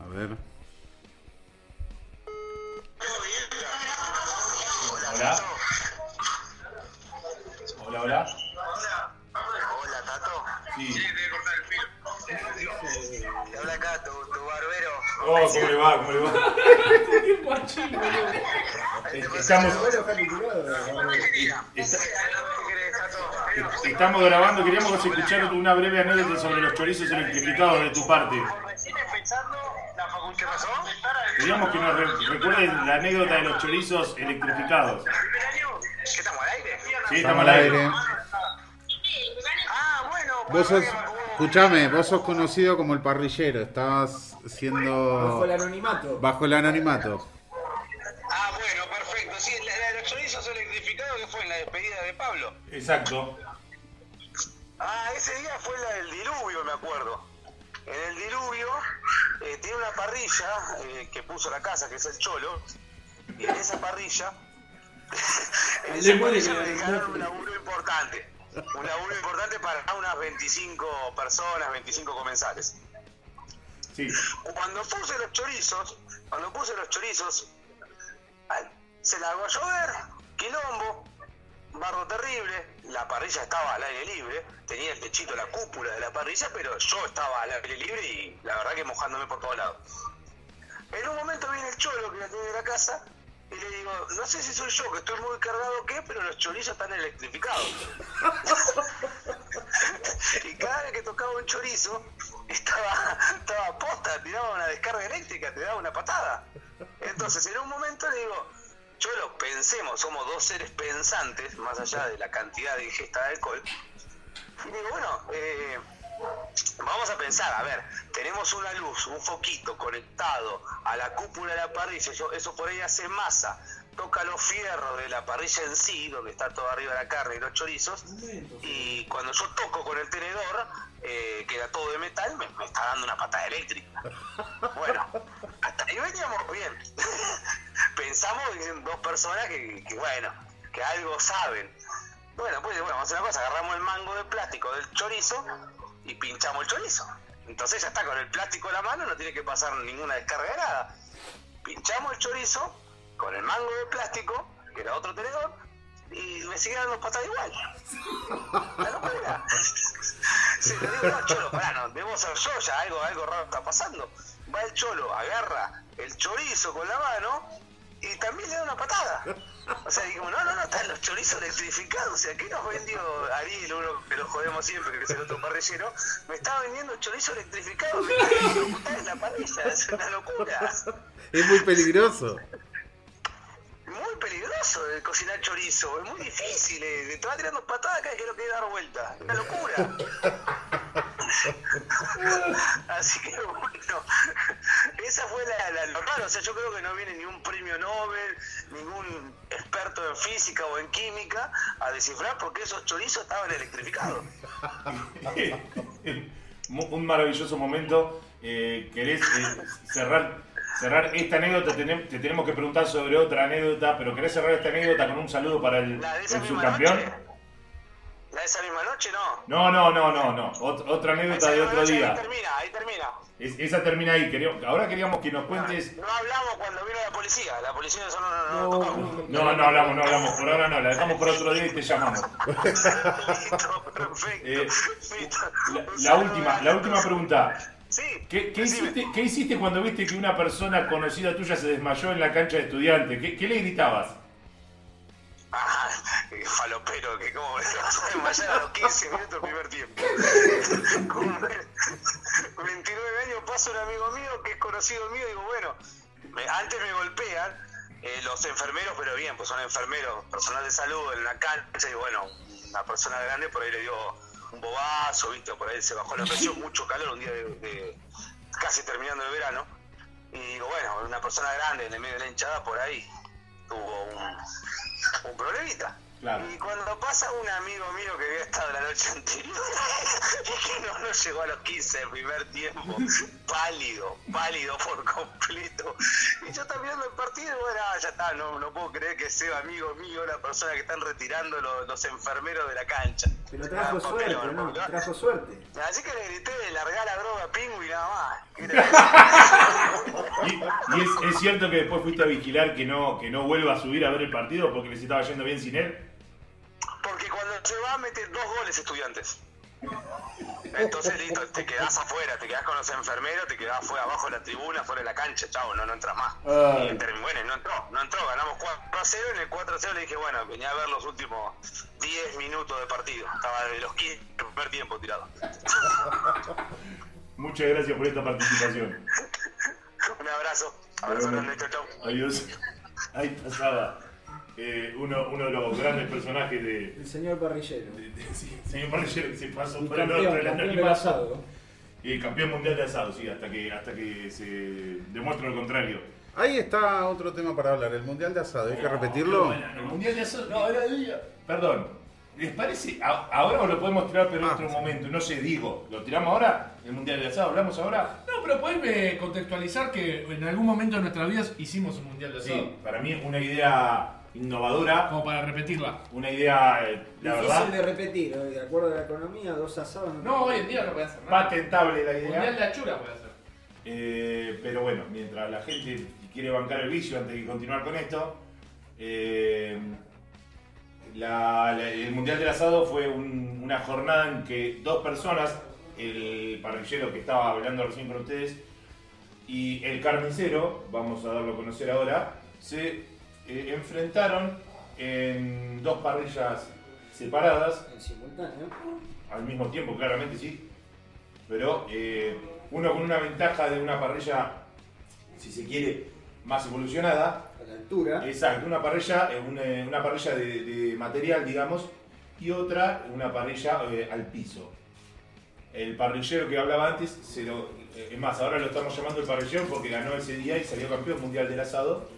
Speaker 1: A ver.
Speaker 2: Hola. Hola, hola.
Speaker 6: Hola, Tato.
Speaker 2: Sí.
Speaker 6: debe cortar el filo. Te habla acá, tu, tu barbero.
Speaker 2: Oh, ¿cómo le va? ¿Cómo le va?
Speaker 4: Qué guachín, boludo.
Speaker 6: Ahí te pasa
Speaker 2: Estamos,
Speaker 6: el
Speaker 3: Bueno, calificado.
Speaker 6: barbero.
Speaker 2: está-
Speaker 6: Eh, ¿Qué querés, Tato?
Speaker 2: estamos grabando, queríamos escuchar una breve anécdota sobre los chorizos electrificados de tu parte.
Speaker 6: Por Eh, recién empezando la facultad. ¿Qué pasó?
Speaker 2: Queríamos que nos re- recuerdes la anécdota de los chorizos electrificados.
Speaker 6: ¿Primer año? ¿Qué estamos al aire?
Speaker 2: Sí, estamos al aire.
Speaker 6: Ah, bueno.
Speaker 1: Vos
Speaker 6: pues,
Speaker 1: sos.
Speaker 6: bueno,
Speaker 1: Escuchame, vos sos conocido como el parrillero. Estabas
Speaker 3: Bajo el
Speaker 1: siendo.
Speaker 3: anonimato.
Speaker 1: Bajo el anonimato.
Speaker 6: Ah, bueno, perfecto. Sí, la, la de los chorizos son el despedida de Pablo.
Speaker 2: Exacto.
Speaker 6: Ah, ese día fue la del diluvio, me acuerdo. En el diluvio eh, tiene una parrilla eh, que puso la casa, que es el cholo, y en esa parrilla, en
Speaker 5: Al
Speaker 6: esa
Speaker 5: demonio
Speaker 6: parrilla
Speaker 5: que
Speaker 6: me
Speaker 5: le
Speaker 6: dejaron
Speaker 5: ganaste.
Speaker 6: un laburo importante. Un laburo importante para unas 25 personas, 25 comensales.
Speaker 2: Sí.
Speaker 6: Cuando puse los chorizos, cuando puse los chorizos, al- se largó a llover, quilombo, barro terrible, la parrilla estaba al aire libre, tenía el techito, la cúpula de la parrilla, pero yo estaba al aire libre y la verdad que mojándome por todos lados. En un momento viene el cholo que la tiene de la casa y le digo, no sé si soy yo que estoy muy cargado o qué, pero los chorizos están electrificados. y cada vez que tocaba un chorizo, estaba, estaba posta, tiraba una descarga eléctrica, te daba una patada. Entonces, en un momento le digo, Cholo, pensemos, somos dos seres pensantes, más allá de la cantidad de ingesta de alcohol. Y digo, bueno, eh, vamos a pensar, a ver, tenemos una luz, un foquito conectado a la cúpula de la parrilla, eso, eso por ahí hace masa, toca los fierros de la parrilla en sí, donde está todo arriba la carne y los chorizos, y cuando yo toco con el tenedor, eh, queda todo de metal, me, me está dando una patada eléctrica. Bueno, hasta ahí veníamos bien. Pensamos en dos personas que, que, bueno, que algo saben. Bueno, pues bueno, vamos a hacer una cosa, agarramos el mango de plástico del chorizo y pinchamos el chorizo. Entonces ya está con el plástico en la mano, no tiene que pasar ninguna descarga de nada. Pinchamos el chorizo con el mango de plástico, que era otro tenedor, y me sigue dando patada igual. La locura. Sí, le digo, no, Cholo, pará, no, debo ser yo ya, algo, algo raro está pasando. Va el Cholo, agarra el chorizo con la mano y también le da una patada. O sea, digo, no, no, no, están los chorizos electrificados. O sea, ¿qué nos vendió Ariel, uno que lo jodemos siempre, que es el otro parrillero? Me estaba vendiendo chorizo electrificado que está dando patadas en la parrilla, es una locura.
Speaker 1: Es muy peligroso.
Speaker 6: Muy peligroso de cocinar chorizo, es muy difícil, eh, te va tirando patadas cada vez que lo quieres dar vuelta, es una locura. Así que bueno, esa fue la, la- lo raro, o sea, yo creo que no viene ni un premio Nobel, ningún experto en física o en química a descifrar porque esos chorizos estaban electrificados.
Speaker 2: Mu- un maravilloso momento. Eh, ¿Querés eh, cerrar, cerrar esta anécdota? Tenem- te tenemos que preguntar sobre otra anécdota, pero ¿querés cerrar esta anécdota con un saludo para el,
Speaker 6: La de
Speaker 2: el
Speaker 6: esa misma
Speaker 2: subcampeón?
Speaker 6: noche. La de esa misma noche no.
Speaker 2: No, no, no, no, no. Ot- otra anécdota
Speaker 6: Esa
Speaker 2: de
Speaker 6: misma
Speaker 2: otro
Speaker 6: noche,
Speaker 2: día.
Speaker 6: Ahí termina, ahí termina.
Speaker 2: Es- esa termina ahí. Queríamos- ahora queríamos que nos cuentes.
Speaker 6: No hablamos cuando vino la policía, la policía no, no, no, Ah, no tocamos.
Speaker 2: No, no hablamos, no hablamos. Por ahora no, la dejamos por otro día y te llamamos.
Speaker 6: Listo, perfecto.
Speaker 2: Eh,
Speaker 6: Listo.
Speaker 2: La,
Speaker 6: Un
Speaker 2: la
Speaker 6: saludo
Speaker 2: última,
Speaker 6: grande.
Speaker 2: la última pregunta.
Speaker 6: Sí.
Speaker 2: ¿Qué, qué
Speaker 6: decime.
Speaker 2: hiciste, qué hiciste cuando viste que una persona conocida tuya se desmayó en la cancha de estudiante? ¿Qué, qué le gritabas?
Speaker 6: Ah, eh, falopero, que como me vas a desmayar a los 15 minutos del primer tiempo. Como me- 29 años pasa un amigo mío que es conocido mío, digo, bueno, me- antes me golpean eh, los enfermeros, pero bien, pues son enfermeros, personal de salud en la cancha, y bueno, una persona grande por ahí le dio un bobazo, viste, por ahí se bajó la presión, mucho calor un día de- de casi terminando el verano. Y digo, bueno, una persona grande en el medio de la hinchada por ahí tuvo un, un problemita.
Speaker 2: Claro.
Speaker 6: Y cuando pasa un amigo mío que había estado la noche anterior, y que no, no llegó a los 15 del primer tiempo, pálido, pálido por completo. Y yo también viendo el partido, y bueno, ah, ya está, no, no puedo creer que sea amigo mío la persona que están retirando los, los enfermeros de la cancha.
Speaker 3: Pero trajo
Speaker 6: Ah,
Speaker 3: suerte,
Speaker 6: papelón,
Speaker 3: ¿no?
Speaker 6: papelón.
Speaker 3: Trajo suerte.
Speaker 6: Así que le grité, largá la droga, pingüi, nada más. ¿Qué te parece?
Speaker 2: Y, y es, es cierto que después fuiste a vigilar que no, que no vuelva a subir a ver el partido porque les estaba yendo bien sin él.
Speaker 6: Porque cuando se va, mete dos goles estudiantes. Entonces, listo, te quedás afuera, te quedás con los enfermeros, te quedás afuera, abajo de la tribuna, fuera de la cancha, chao, no, no entras más. Y termi- bueno, no entró, no entró, ganamos 4 a 0, en el 4 a 0 le dije, bueno, venía a ver los últimos 10 minutos de partido, estaba de los 15 el primer tiempo tirado.
Speaker 2: Muchas gracias por esta participación.
Speaker 6: Un abrazo, abrazo grande, chau, chau.
Speaker 2: Adiós. Ahí pasaba eh, uno, uno de los grandes personajes de.
Speaker 3: El señor parrillero.
Speaker 2: de- de- sí, señor Parrillero que se pasó
Speaker 3: Y
Speaker 2: por el otro
Speaker 3: campeón,
Speaker 2: del
Speaker 3: campeón del
Speaker 2: anonimato.
Speaker 3: asado.
Speaker 2: Y campeón mundial de asado, sí, hasta que, hasta que se demuestre lo contrario.
Speaker 1: Ahí está otro tema para hablar, el mundial de asado, hay
Speaker 2: Oh,
Speaker 1: que repetirlo.
Speaker 2: El mundial de Azul, no, era día. Perdón, ¿les parece? A- ahora os lo podemos tirar, pero en
Speaker 1: Ah,
Speaker 2: otro
Speaker 1: sí.
Speaker 2: momento. No sé, digo, ¿lo tiramos ahora? ¿El mundial de asado? ¿Hablamos ahora?
Speaker 7: No, pero podés eh, contextualizar que en algún momento de nuestras vidas hicimos un mundial de asado.
Speaker 2: Sí, para mí es una idea innovadora,
Speaker 7: Como para repetirla.
Speaker 2: una idea, eh, la
Speaker 3: Difícil
Speaker 2: verdad,
Speaker 3: de repetir, eh, de acuerdo a la economía, dos asados.
Speaker 7: No, hoy en día no puede hacer nada.
Speaker 2: patentable la
Speaker 7: Mundial
Speaker 2: idea.
Speaker 7: de achura puede hacer.
Speaker 2: Eh, pero bueno, mientras la gente quiere bancar el vicio antes de continuar con esto, eh, la- la- el Mundial del Asado fue un- una jornada en que dos personas, el parrillero que estaba hablando recién con ustedes y el carnicero, vamos a darlo a conocer ahora, se eh, enfrentaron en dos parrillas separadas
Speaker 3: En simultáneo.
Speaker 2: al mismo tiempo, claramente sí. Pero eh, uno con una ventaja de una parrilla, si se quiere, más evolucionada.
Speaker 3: A la altura.
Speaker 2: Exacto, una parrilla, eh, una, una parrilla de, de material, digamos, y otra, una parrilla eh, al piso. El parrillero que hablaba antes, se lo- eh, es más, ahora lo estamos llamando el parrillero porque ganó ese día y salió campeón mundial del asado,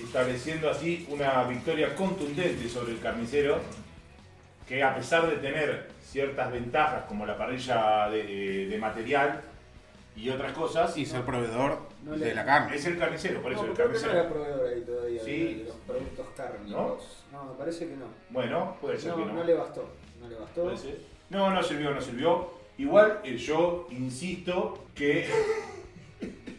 Speaker 2: estableciendo así una victoria contundente sobre el carnicero que a pesar de tener ciertas ventajas como la parrilla de, de material y otras cosas,
Speaker 1: Y ser proveedor
Speaker 3: No le-
Speaker 1: de la carne.
Speaker 2: es el carnicero, por eso
Speaker 3: no,
Speaker 2: el
Speaker 3: creo que no
Speaker 2: carnicero.
Speaker 3: era proveedor ahí todavía
Speaker 2: Sí.
Speaker 3: de- de los productos cárnicos. No, me parece que no.
Speaker 2: Bueno, puede ser
Speaker 3: No,
Speaker 2: que
Speaker 3: no, le bastó. No le bastó.
Speaker 2: Puede ser. No, no sirvió, no sirvió. Igual eh, yo insisto que.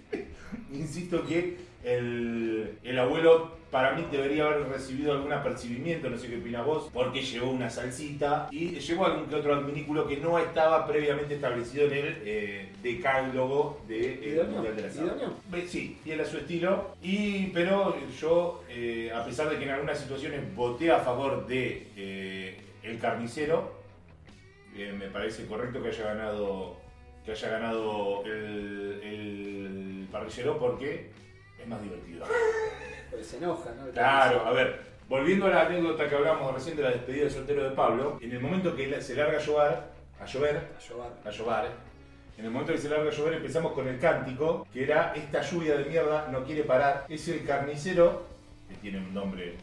Speaker 2: insisto que el, el abuelo para mí debería haber recibido algún apercibimiento, no sé qué opina vos, porque llevó una salsita y llevó algún que otro adminículo que no estaba previamente establecido en el eh, decálogo de, eh,
Speaker 3: Idóneo,
Speaker 2: Mundial de la Sala.
Speaker 3: idóneo.
Speaker 2: Eh, Sí, fiel a su estilo. Y, pero yo, eh, a pesar de que en algunas situaciones voté a favor de eh, el carnicero, eh, me parece correcto que haya ganado que haya ganado el, el parrillero porque es más divertido.
Speaker 3: Porque se enoja, ¿no? El
Speaker 2: Claro, a ver, volviendo a la anécdota que hablábamos recién de la despedida del soltero de Pablo, en el momento que la- se larga a llover, a llover,
Speaker 3: carnicero.
Speaker 2: a
Speaker 3: A llover.
Speaker 2: llover. En el momento que se larga a llover empezamos con el cántico, que era esta lluvia de mierda no quiere parar. Es el carnicero, que tiene un nombre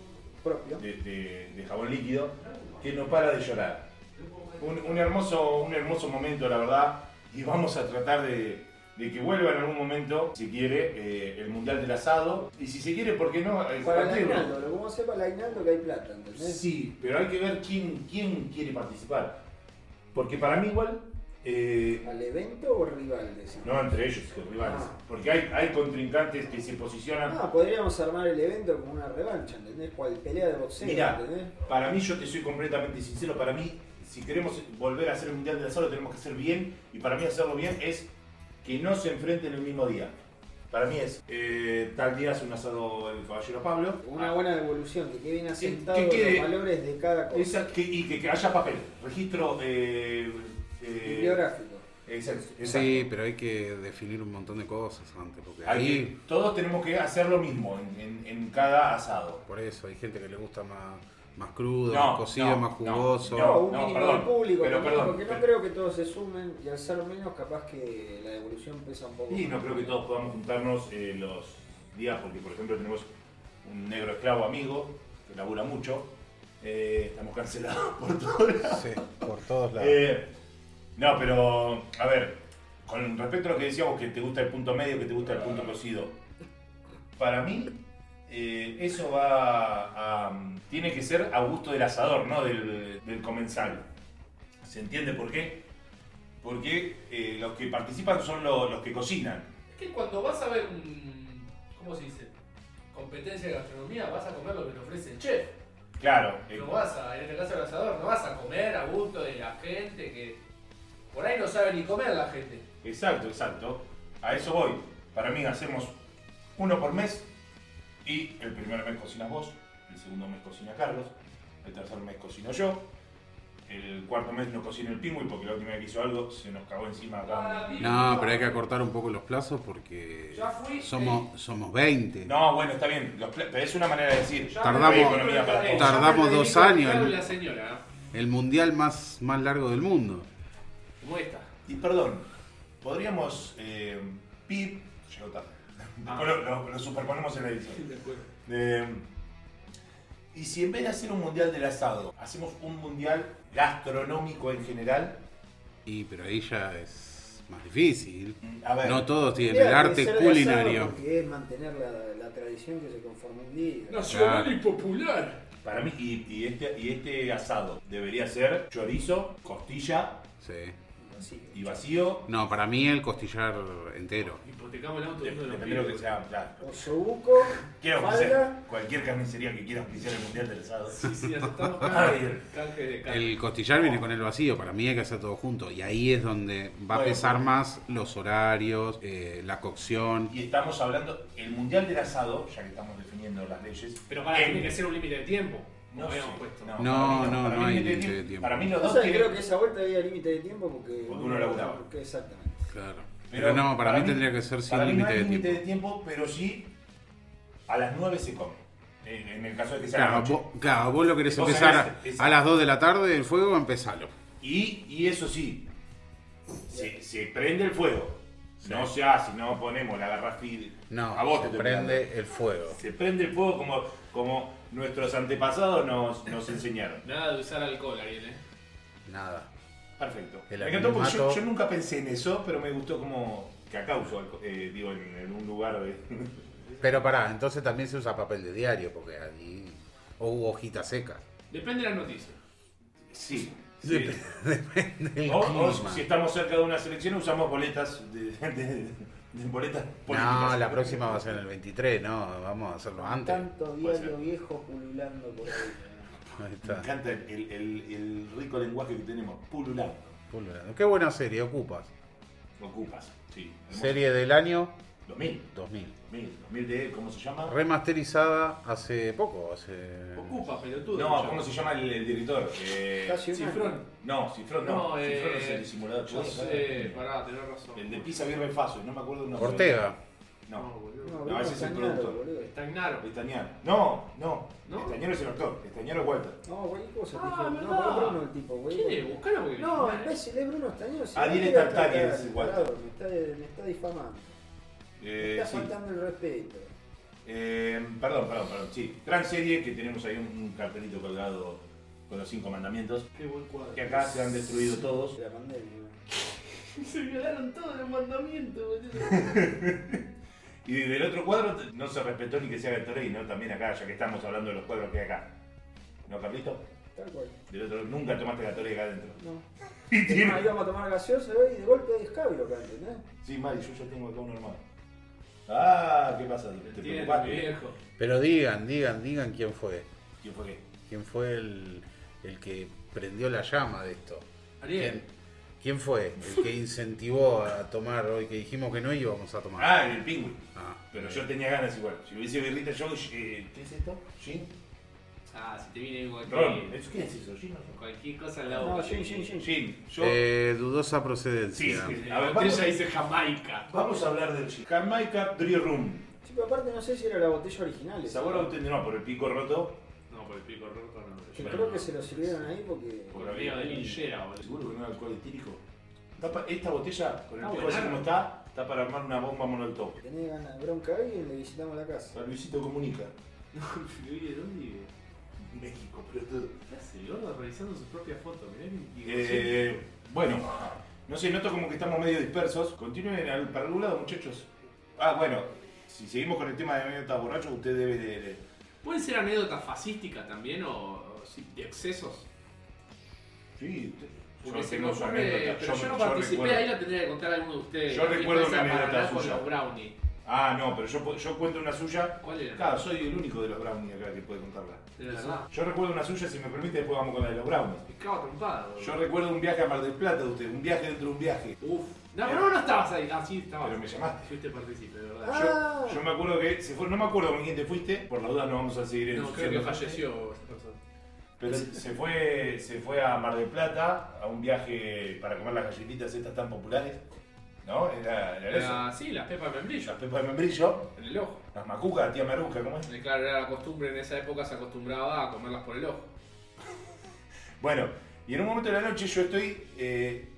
Speaker 3: Propio.
Speaker 2: de, de- de jabón líquido, que no para de llorar. Un, un hermoso, un hermoso momento, la verdad, y vamos a tratar de, de que vuelva en algún momento, si quiere, eh, el Mundial del Asado. Y si se quiere, ¿por qué no? Eh,
Speaker 3: Para el
Speaker 2: compartirlo.
Speaker 3: Aguinaldo, lo como sepa el Aguinaldo que hay plata, ¿entendés?
Speaker 2: Sí, pero hay que ver quién, quién quiere participar. Porque para mí igual... eh,
Speaker 3: ¿Al evento o rival? decís?
Speaker 2: no entre ellos, los rivales.
Speaker 3: Ah.
Speaker 2: Porque hay, hay contrincantes que se posicionan.
Speaker 3: Ah, podríamos armar el evento como una revancha, ¿entendés? Cual pelea de boxeo,
Speaker 2: Mirá.
Speaker 3: ¿entendés?
Speaker 2: Para mí, yo te soy completamente sincero, para mí, si queremos volver a hacer el Mundial del Asado, tenemos que hacer bien. Y para mí hacerlo bien es que no se enfrenten el mismo día. Para mí es, eh, tal día hace un asado el caballero Pablo. Ah,
Speaker 3: Una buena devolución, que quede bien asentado
Speaker 2: que quede-
Speaker 3: los valores de cada cosa.
Speaker 2: Esa- que- y que, que haya papel, registro eh, eh,
Speaker 3: Bibliográfico.
Speaker 2: exacto, exacto.
Speaker 1: Sí, pero hay que definir un montón de cosas antes, porque
Speaker 2: Hay que-
Speaker 1: ahí,
Speaker 2: todos tenemos que hacer lo mismo en- en- en cada asado.
Speaker 1: por eso, hay gente que le gusta más, más crudo,
Speaker 2: No,
Speaker 1: más cocido,
Speaker 2: no,
Speaker 1: más jugoso.
Speaker 2: No,
Speaker 3: No, un
Speaker 2: no,
Speaker 3: mínimo
Speaker 2: perdón,
Speaker 3: del público,
Speaker 2: pero
Speaker 3: también,
Speaker 2: perdón, eh.
Speaker 3: porque no
Speaker 2: pero-
Speaker 3: creo que todos se sumen y al ser menos capaz que la devolución pesa un poco.
Speaker 2: Y
Speaker 3: más.
Speaker 2: no creo que todos podamos juntarnos eh, los días, porque por ejemplo tenemos un negro esclavo amigo que labura mucho. eh, estamos cancelados por todo.
Speaker 1: Sí, por todos lados.
Speaker 2: Eh, no, pero a ver, con respecto a lo que decíamos que te gusta el punto medio, que te gusta el punto cocido, para mí eh, eso va a, tiene que ser a gusto del asador, no del, del comensal. ¿Se entiende por qué? Porque eh, los que participan son lo- los que cocinan.
Speaker 7: Es que cuando vas a ver un. ¿Cómo se dice? Competencia de gastronomía, vas a comer lo que te ofrece el chef.
Speaker 2: Claro, eh,
Speaker 7: No vas a, en este caso el asador, no vas a comer a gusto de la gente que. Por ahí no sabe ni comer la gente.
Speaker 2: exacto, exacto. A eso voy. Para mí hacemos uno por mes y el primer mes cocinas vos, el segundo mes cocina Carlos, el tercer mes cocino yo, el cuarto mes no cocina el pingüi porque la última vez que hizo algo se nos cagó encima acá.
Speaker 1: No, pero hay que acortar un poco los plazos porque
Speaker 7: Ya fui,
Speaker 1: somos, somos 20.
Speaker 2: No, bueno, está bien, los pla- pero es una manera de decir.
Speaker 7: Ya
Speaker 1: Tardamos-
Speaker 2: hay economía para todos.
Speaker 1: tar-
Speaker 7: Ya
Speaker 1: Tardamos
Speaker 7: me
Speaker 1: dos
Speaker 7: dedico a
Speaker 1: años.
Speaker 7: hablar de La señora, ¿eh?
Speaker 1: El mundial más, más largo del mundo.
Speaker 7: como esta.
Speaker 2: Y perdón, podríamos... Eh, pip, llegó tarde.
Speaker 7: Ah.
Speaker 2: Después lo, lo- lo superponemos en la edición.
Speaker 4: Después.
Speaker 2: Eh, y si en vez de hacer un mundial del asado, hacemos un mundial gastronómico en general,
Speaker 1: Y pero ahí ya es más difícil.
Speaker 2: a ver,
Speaker 1: No todos tienen el
Speaker 3: Tendría que
Speaker 1: arte
Speaker 3: ser de asado
Speaker 1: culinario.
Speaker 3: Porque es mantener la, la tradición que se conformó un día.
Speaker 4: Nacional y popular.
Speaker 2: para mí, y, y este, y este asado debería ser chorizo, costilla
Speaker 1: Sí.
Speaker 3: Así.
Speaker 2: y vacío.
Speaker 1: No, para mí el costillar entero.
Speaker 4: Hipotecamos el auto de uno de los
Speaker 2: Depende de lo que
Speaker 4: pibes.
Speaker 2: sea. ya.
Speaker 3: Osobuco,
Speaker 2: Quiero
Speaker 3: falda,
Speaker 2: ofrecer cualquier carnicería que quiera oficiar el mundial del asado.
Speaker 4: Sí, sí, aceptamos canje, canje de canje.
Speaker 1: El costillar viene con el vacío, para mí hay que hacer todo junto. Y ahí es donde va a
Speaker 2: Bueno.
Speaker 1: pesar más los horarios, eh, la cocción.
Speaker 2: Y estamos hablando, el mundial del asado, ya que estamos definiendo las leyes.
Speaker 4: Pero para,
Speaker 2: en-
Speaker 4: tiene que ser un límite de tiempo.
Speaker 2: Eh, No,
Speaker 4: No habíamos
Speaker 2: sé,
Speaker 4: puesto.
Speaker 1: No,
Speaker 2: para mí
Speaker 1: no,
Speaker 2: para
Speaker 1: no
Speaker 2: mí
Speaker 1: hay
Speaker 2: tiene-
Speaker 1: límite de tiempo.
Speaker 2: Para mí los dos
Speaker 3: Cosa que
Speaker 2: tienen-
Speaker 3: creo que esa vuelta había límite de tiempo porque.
Speaker 2: Porque uno laburaba.
Speaker 3: Porque exactamente.
Speaker 1: Claro. Pero, no, para, mí, tendría que ser sin
Speaker 2: para mí no
Speaker 1: límite
Speaker 2: hay
Speaker 1: de tiempo.
Speaker 2: límite de tiempo, pero sí a las 9 se come. En, en el caso de que sea la
Speaker 1: Claro
Speaker 2: noche.
Speaker 1: vos, claro, vos lo querés
Speaker 2: Vos
Speaker 1: empezar
Speaker 2: sabés,
Speaker 1: a-
Speaker 2: es-
Speaker 1: a, las 2 de la tarde el fuego, empezalo.
Speaker 2: Y, y eso sí, se, se prende el fuego. No se hace, no ponemos la garrafil.
Speaker 1: No,
Speaker 2: a vos te
Speaker 1: se
Speaker 2: estoy
Speaker 1: prende
Speaker 2: hablando.
Speaker 1: el fuego.
Speaker 2: Se prende el fuego como, como nuestros antepasados nos, nos enseñaron.
Speaker 4: Nada de usar alcohol, Ariel, eh.
Speaker 1: Nada.
Speaker 2: Perfecto.
Speaker 1: El
Speaker 2: me encantó porque yo,
Speaker 1: anonimato.
Speaker 2: yo nunca pensé en eso, pero me gustó como que acá usó alco- eh, digo, en, en un lugar de.
Speaker 1: Pero pará, entonces también se usa papel de diario, porque allí. O u hojitas secas.
Speaker 4: Depende de las noticias.
Speaker 2: sí. sí.
Speaker 1: Depende
Speaker 2: O,
Speaker 1: del
Speaker 2: o
Speaker 1: clima.
Speaker 2: si estamos cerca de una selección usamos boletas de, de- de boletas
Speaker 1: No,
Speaker 2: políticas.
Speaker 1: la próxima va a ser en el 23, no, vamos a hacerlo antes.
Speaker 3: Tanto
Speaker 2: Puede
Speaker 3: diario
Speaker 2: ser.
Speaker 3: viejo pululando por ahí.
Speaker 1: Ahí
Speaker 2: Me
Speaker 1: está.
Speaker 2: encanta el, el- el- el rico lenguaje que tenemos, pululando.
Speaker 1: Pulverando. Qué buena serie, ocupas.
Speaker 2: Ocupas, sí. hermoso.
Speaker 1: Serie del año
Speaker 2: 2000,
Speaker 1: 2000.
Speaker 2: 2000, 2000 de, ¿cómo se llama?
Speaker 1: Remasterizada hace poco, hace.
Speaker 4: Ocupa, pelotudo.
Speaker 2: No, ¿cómo se llama el, el director? Eh,
Speaker 3: Casi un año.
Speaker 4: Cifrón.
Speaker 2: no, Cifrón no.
Speaker 4: No,
Speaker 2: Cifrón es el
Speaker 4: eh.
Speaker 2: disimulador.
Speaker 4: Yo
Speaker 2: ¿sabes?
Speaker 4: sé, pará, tenés razón.
Speaker 2: El de Pisa Birre Faso, no me acuerdo el nombre.
Speaker 1: Ortega.
Speaker 4: No,
Speaker 2: No,
Speaker 4: boludo.
Speaker 3: No,
Speaker 2: No, ese
Speaker 3: Bruno
Speaker 2: es el
Speaker 3: Cañaro,
Speaker 2: productor.
Speaker 3: boludo.
Speaker 4: Estagnaron.
Speaker 2: Estañaro. No, no.
Speaker 4: ¿No?
Speaker 2: Estañaro es el actor, Estañaro es Walter.
Speaker 3: No, cualquier cosa.
Speaker 4: Ah,
Speaker 3: te dije. no,
Speaker 4: verdad.
Speaker 3: pero Bruno el tipo, güey.
Speaker 4: ¿Quién es? Buscalo porque.
Speaker 3: No,
Speaker 4: Nah,
Speaker 3: imbécil, es Bruno Estañero. si
Speaker 2: Ariel
Speaker 3: no te voy a
Speaker 2: Tartaglia
Speaker 3: tratar,
Speaker 2: Ah, es igual.
Speaker 3: tarado, Me está, me está difamando. Me
Speaker 2: Eh,
Speaker 3: está
Speaker 2: sí.
Speaker 3: faltando el respeto.
Speaker 2: Eh, perdón, perdón, perdón. Sí, gran serie que tenemos ahí un, un cartelito colgado con los cinco mandamientos.
Speaker 4: Qué buen cuadro.
Speaker 2: Que acá se han destruido todos.
Speaker 3: La pandemia.
Speaker 4: Se violaron todos los mandamientos, boludo.
Speaker 2: Y del otro cuadro t- no se respetó ni que sea Gatorade, ¿no? También acá, ya que estamos hablando de los cuadros que hay acá. ¿No, Carlito?
Speaker 3: Tal cual.
Speaker 2: Del otro, nunca tomaste Gatorade acá adentro.
Speaker 3: No.
Speaker 2: Y
Speaker 3: Es más,
Speaker 2: tiene-
Speaker 3: íbamos a tomar gaseosa hoy y de golpe hay escabio acá, ¿entendés?
Speaker 2: Sí, Mari, yo ya tengo acá uno armado. Ah, ¿qué pasa? ¿Te
Speaker 4: Entiendo, mi
Speaker 2: preocupaste?
Speaker 4: viejo.
Speaker 1: Pero digan, digan, digan quién fue.
Speaker 2: ¿Quién fue qué?
Speaker 1: ¿Quién fue el, el que prendió la llama de esto? ¿Quién,
Speaker 4: Ariel.
Speaker 1: quién fue el que incentivó a tomar hoy que dijimos que no íbamos a tomar?
Speaker 2: Ah, el pingüino.
Speaker 1: Ah,
Speaker 2: Pero yo tenía ganas igual. Si hubiese birrita yo, eh, ¿qué es esto? ¿Gin?
Speaker 4: Ah, si te viene
Speaker 2: Ron.
Speaker 4: cualquier,
Speaker 2: ¿Eso ¿Qué es eso? ¿Gin o no?
Speaker 4: cualquier cosa en la boca.
Speaker 3: No, sí, sí, sí.
Speaker 2: Gin. Yo...
Speaker 1: Eh, dudosa procedencia.
Speaker 2: Sí, sí.
Speaker 4: La botella dice Jamaica.
Speaker 2: Vamos a hablar del Jamaica Brew Room.
Speaker 3: Sí, pero aparte no sé si era la botella original.
Speaker 2: El
Speaker 3: esa.
Speaker 2: sabor auténtico, no, por el pico roto.
Speaker 4: No, por el pico roto no.
Speaker 3: Que creo que se lo sirvieron ahí porque.
Speaker 4: Por la vida de linchera, boludo.
Speaker 2: Seguro que no es alcohol etílico. Está pa- Esta botella, con el
Speaker 4: Ah,
Speaker 2: pico
Speaker 4: bueno.
Speaker 2: así como está, está para armar una bomba monotop.
Speaker 3: Tenés ganas de bronca a alguien, le visitamos la casa.
Speaker 2: San Luisito comunica.
Speaker 4: Vive, ¿dónde vive?
Speaker 2: México, pero todo.
Speaker 4: ¿Qué hace el gordo revisando su propia foto? Mirá que
Speaker 2: Eh, bueno, no sé, noto como que estamos medio dispersos. Continúen al- para algún lado, muchachos. Ah, bueno, si seguimos con el tema de anécdotas borrachos, usted debe de. de-
Speaker 4: ¿Pueden ser anécdotas fascísticas también o o si- de excesos?
Speaker 2: Sí, usted.
Speaker 4: Porque
Speaker 2: yo
Speaker 4: se
Speaker 2: tengo
Speaker 4: me
Speaker 2: su
Speaker 4: ocurre,
Speaker 2: anécdota.
Speaker 4: pero yo,
Speaker 2: yo
Speaker 4: no participé,
Speaker 2: recuerdo-
Speaker 4: ahí la tendría que contar a alguno de ustedes.
Speaker 2: Yo
Speaker 4: La fiesta
Speaker 2: recuerdo una
Speaker 4: esa
Speaker 2: anécdota
Speaker 4: Paraná con
Speaker 2: suya.
Speaker 4: los brownie.
Speaker 2: Ah, no, pero yo, yo cuento una suya.
Speaker 4: ¿Cuál era?
Speaker 2: Claro, soy el único de los brownies acá que puede contarla.
Speaker 4: De verdad.
Speaker 2: Yo recuerdo una suya, si me permite, después vamos con la de los brownies.
Speaker 4: Me cago trompada, boludo.
Speaker 2: Yo recuerdo un viaje a Mar del Plata de usted, un viaje dentro de un viaje.
Speaker 4: Uf. No, pero vos no estabas ahí. Ah, sí, estabas.
Speaker 2: Pero me llamaste.
Speaker 4: Fuiste partícipe, de verdad.
Speaker 3: Ah,
Speaker 2: Yo, yo me acuerdo que se fue, no me acuerdo con quién te fuiste, por la duda no vamos a seguir en
Speaker 4: No, creo que falleció esa persona.
Speaker 2: Pero se se fue, se fue a Mar del Plata a un viaje para comer las galletitas estas tan populares. ¿No? Era, era eso.
Speaker 4: Ah, sí, las pepas de membrillo.
Speaker 2: Las pepas de membrillo,
Speaker 4: En el ojo.
Speaker 2: las macucas, tía maruja, ¿cómo es?
Speaker 4: Eh, Claro, era la costumbre en esa época, se acostumbraba a comerlas por el ojo.
Speaker 2: Bueno, y en un momento de la noche yo estoy eh,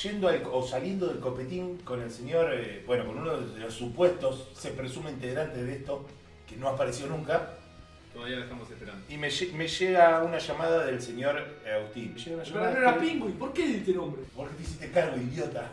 Speaker 2: yendo al- o saliendo del copetín con el señor, eh, bueno, con uno de los supuestos, se presume integrante de esto, que no apareció nunca,
Speaker 4: Todavía lo estamos esperando.
Speaker 2: y me, lle- me llega una llamada del señor eh, Agustín. Me llega una
Speaker 5: Pero
Speaker 2: llamada
Speaker 5: no era
Speaker 2: que-
Speaker 5: Pingüi, ¿por qué diste nombre?
Speaker 2: ¿Por qué te hiciste cargo, idiota?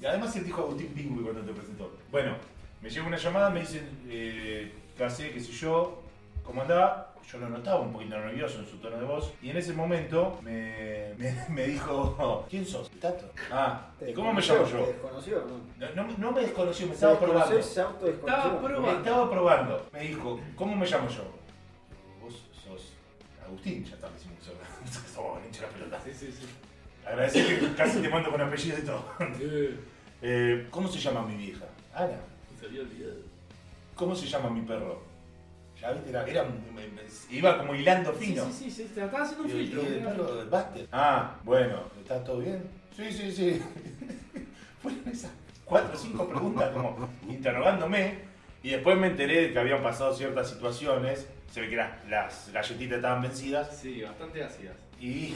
Speaker 2: Y además él dijo Agustín Pingüi cuando te presentó. Bueno, me llega una llamada, me dicen, eh, casé, qué sé yo, ¿cómo andaba? Yo lo notaba un poquito nervioso en su tono de voz. Y en ese momento me, me- me dijo, ¿quién sos? Tato. Ah,
Speaker 3: Te
Speaker 2: ¿y cómo me llamo
Speaker 3: desconoció,
Speaker 2: yo?
Speaker 3: Te desconoció, ¿no?
Speaker 2: No, no- no me desconoció, me
Speaker 3: Se
Speaker 2: estaba
Speaker 3: desconoció,
Speaker 2: probando.
Speaker 3: se autodesconoció.
Speaker 5: Estaba
Speaker 2: Me
Speaker 5: probando.
Speaker 2: estaba probando. Me dijo, ¿cómo me llamo yo? Vos sos Agustín, ya está, me decimos que sos- sos un hincha de la pelota.
Speaker 4: Sí, sí, sí.
Speaker 2: Agradecer que casi te mando con apellido y todo.
Speaker 4: Eh,
Speaker 2: Eh, ¿Cómo se llama mi vieja? Ana.
Speaker 4: se había olvidado.
Speaker 2: ¿Cómo se llama mi perro? Ya viste, era, era- me- me- iba como hilando
Speaker 5: Sí,
Speaker 2: fino.
Speaker 5: sí, sí, sí, te estaba haciendo un
Speaker 2: Y- y
Speaker 5: filtro.
Speaker 2: el
Speaker 5: mira.
Speaker 2: perro de Buster. Ah, bueno, ¿está todo bien? Sí, sí, sí. Fueron esas cuatro o cinco preguntas como interrogándome. Y después me enteré de que habían pasado ciertas situaciones. Se ve que las, las galletitas estaban vencidas.
Speaker 4: Sí, bastante ácidas.
Speaker 2: Y,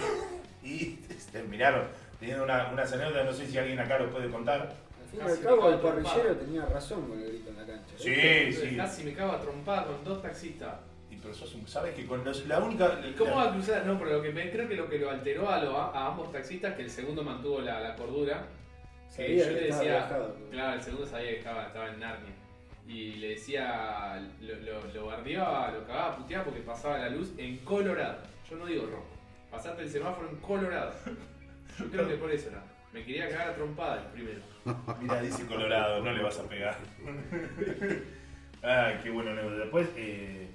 Speaker 2: y este, terminaron teniendo una, unas anécdotas. No sé si alguien acá lo puede contar.
Speaker 3: Al fin y al
Speaker 4: Casi
Speaker 3: cabo,
Speaker 4: me
Speaker 3: el
Speaker 4: cago en
Speaker 3: parrillero
Speaker 4: palo.
Speaker 3: tenía razón con el grito en la cancha. ¿viste?
Speaker 2: Sí, sí.
Speaker 4: Casi me cago a trompada con dos taxistas.
Speaker 2: Y pero sos un- sabes que con los- la única.
Speaker 4: ¿Y cómo
Speaker 2: la-
Speaker 4: va a cruzar? No, pero lo que me, creo que lo que lo alteró a, lo- a ambos taxistas, que el segundo mantuvo la, la cordura. Que
Speaker 3: Sabía
Speaker 4: yo
Speaker 3: que
Speaker 4: le
Speaker 3: estaba
Speaker 4: decía.
Speaker 3: relajado.
Speaker 4: Claro, el segundo sabía que estaba, estaba en Narnia. Y le decía. Lo, lo, lo bardeaba, lo cagaba a putear porque pasaba la luz en colorado. Yo no digo rojo. Pasaste el semáforo en colorado. Yo creo que por eso era. Me quería cagar a trompada el primero.
Speaker 2: Mira, dice Colorado, no le vas a pegar. Ay, Ah, qué bueno anécdota. Después, eh,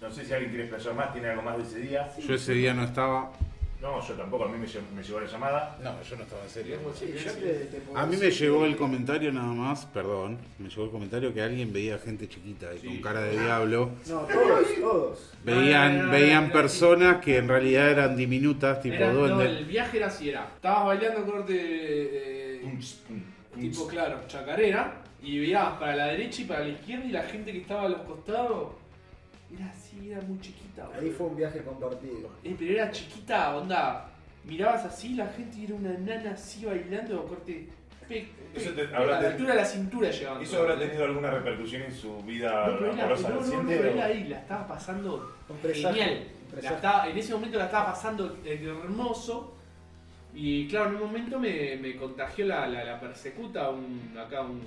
Speaker 2: no sé si alguien quiere explayar más, tiene algo más de ese día.
Speaker 1: Yo ese día no estaba.
Speaker 2: No, yo tampoco, a mí me, lle- me llegó la llamada.
Speaker 1: No, yo no estaba en
Speaker 4: Digamos,
Speaker 3: Sí, yo
Speaker 4: sí.
Speaker 3: te- te puedo
Speaker 1: A mí me
Speaker 3: decir
Speaker 1: llegó
Speaker 3: que-
Speaker 1: el comentario nada más, perdón, me llegó el comentario que alguien veía gente chiquita y
Speaker 4: Sí.
Speaker 1: con cara de diablo.
Speaker 3: No, todos, todos.
Speaker 1: Veían,
Speaker 4: no, no,
Speaker 1: veían
Speaker 4: no,
Speaker 1: personas que en realidad eran diminutas, tipo
Speaker 4: Era- no,
Speaker 1: duendes.
Speaker 4: el viaje era así, era. Estabas bailando corte. eh,
Speaker 2: Pum, pum, pum.
Speaker 4: tipo, claro, chacarera. Y veías para la derecha y para la izquierda y la gente que estaba a los costados. Era así, era muy chiquita,
Speaker 3: Ahí
Speaker 4: boludo.
Speaker 3: fue un viaje compartido.
Speaker 4: Eh, pero era chiquita, onda. Mirabas así la gente y era una nana así bailando, corte. pe- pe-
Speaker 2: Eso te-
Speaker 4: a la
Speaker 2: habrá te-
Speaker 4: altura de la cintura llegaban.
Speaker 2: ¿Eso habrá tenido alguna repercusión en su vida
Speaker 4: No, pero era, no,
Speaker 2: amorosa
Speaker 4: no, no,
Speaker 2: reciente?
Speaker 4: pero era ahí, la estaba pasando
Speaker 3: Un presagio.
Speaker 4: Genial.
Speaker 3: un
Speaker 4: La
Speaker 3: presagio.
Speaker 4: estaba- en ese momento la estaba pasando eh, hermoso. Y claro, en un momento me, me contagió la, la, la persecuta, un, acá un,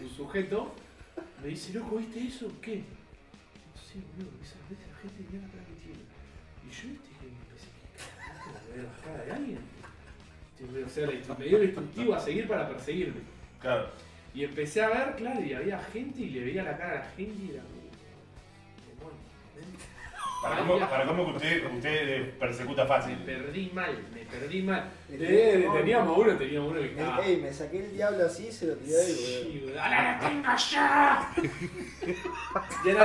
Speaker 4: un sujeto. Me dice, loco, ¿viste eso? ¿Qué? No sé, boludo, esa, esa gente mira la cara que tiene. Y yo viste que me empecé a ver la cara de alguien. Este, O sea, la instru- me dio el instructivo a seguir para perseguirme.
Speaker 2: Claro,
Speaker 4: Y empecé a ver, claro, y había gente y le veía la cara a la gente y era. Demonio.
Speaker 2: para cómo, para cómo que usted, usted eh, persecuta
Speaker 4: Me
Speaker 2: fácil.
Speaker 4: perdí mal, me perdí mal.
Speaker 3: El
Speaker 4: Eh,
Speaker 3: demonio.
Speaker 4: teníamos uno, teníamos uno que estaba.
Speaker 3: Me- Ey, me saqué el diablo así y se lo tiré a él, boludo.
Speaker 4: Sí, boludo. ¡Ala, la tengo ya! Ya era